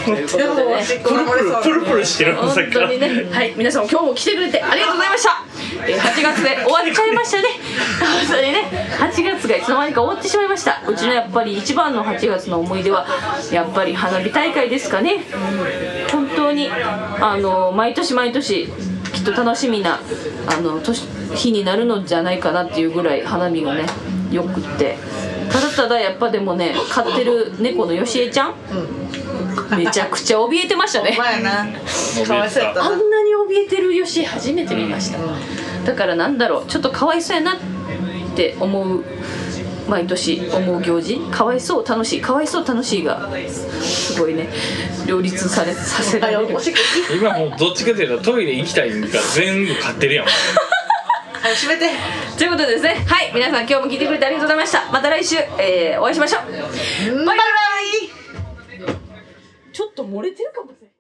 Speaker 2: ということでね
Speaker 1: プル
Speaker 3: プルプルしてる
Speaker 2: 本
Speaker 3: さっきか
Speaker 2: 当
Speaker 3: ら
Speaker 2: にね、はい、皆さんも今日も来てくれてありがとうございました。えー8月で終わっちゃいましたね。 (laughs) 本当にね、8月がいつの間にか終わってしまいました。うちのやっぱり一番の8月の思い出はやっぱり花火大会ですかね。本当にあの毎年毎年きっと楽しみなあの年日になるのじゃないかなっていうぐらい花火がねよくって。ただただやっぱでもね飼ってる猫のよしえちゃん、めちゃくちゃ怯えてましたね
Speaker 1: 前やなかわいそうやった
Speaker 2: あ
Speaker 1: (laughs) なん
Speaker 2: なに怯えてる吉井初めて見ました、だからなんだろうちょっとかわいそうやなって思う毎年思う行事かわいそう楽しいかわいそう楽しいがすごいね両立されさせられる
Speaker 1: おしっこ
Speaker 3: 今もうどっちかというとトイレ行きたいんか全部買ってるやん
Speaker 1: はい閉めて
Speaker 2: ということでですねはい皆さん今日も聞いてくれてありがとうございましたまた来週、えーお会いしましょう
Speaker 1: バイバイ
Speaker 2: ちょっと漏れてるかもしれない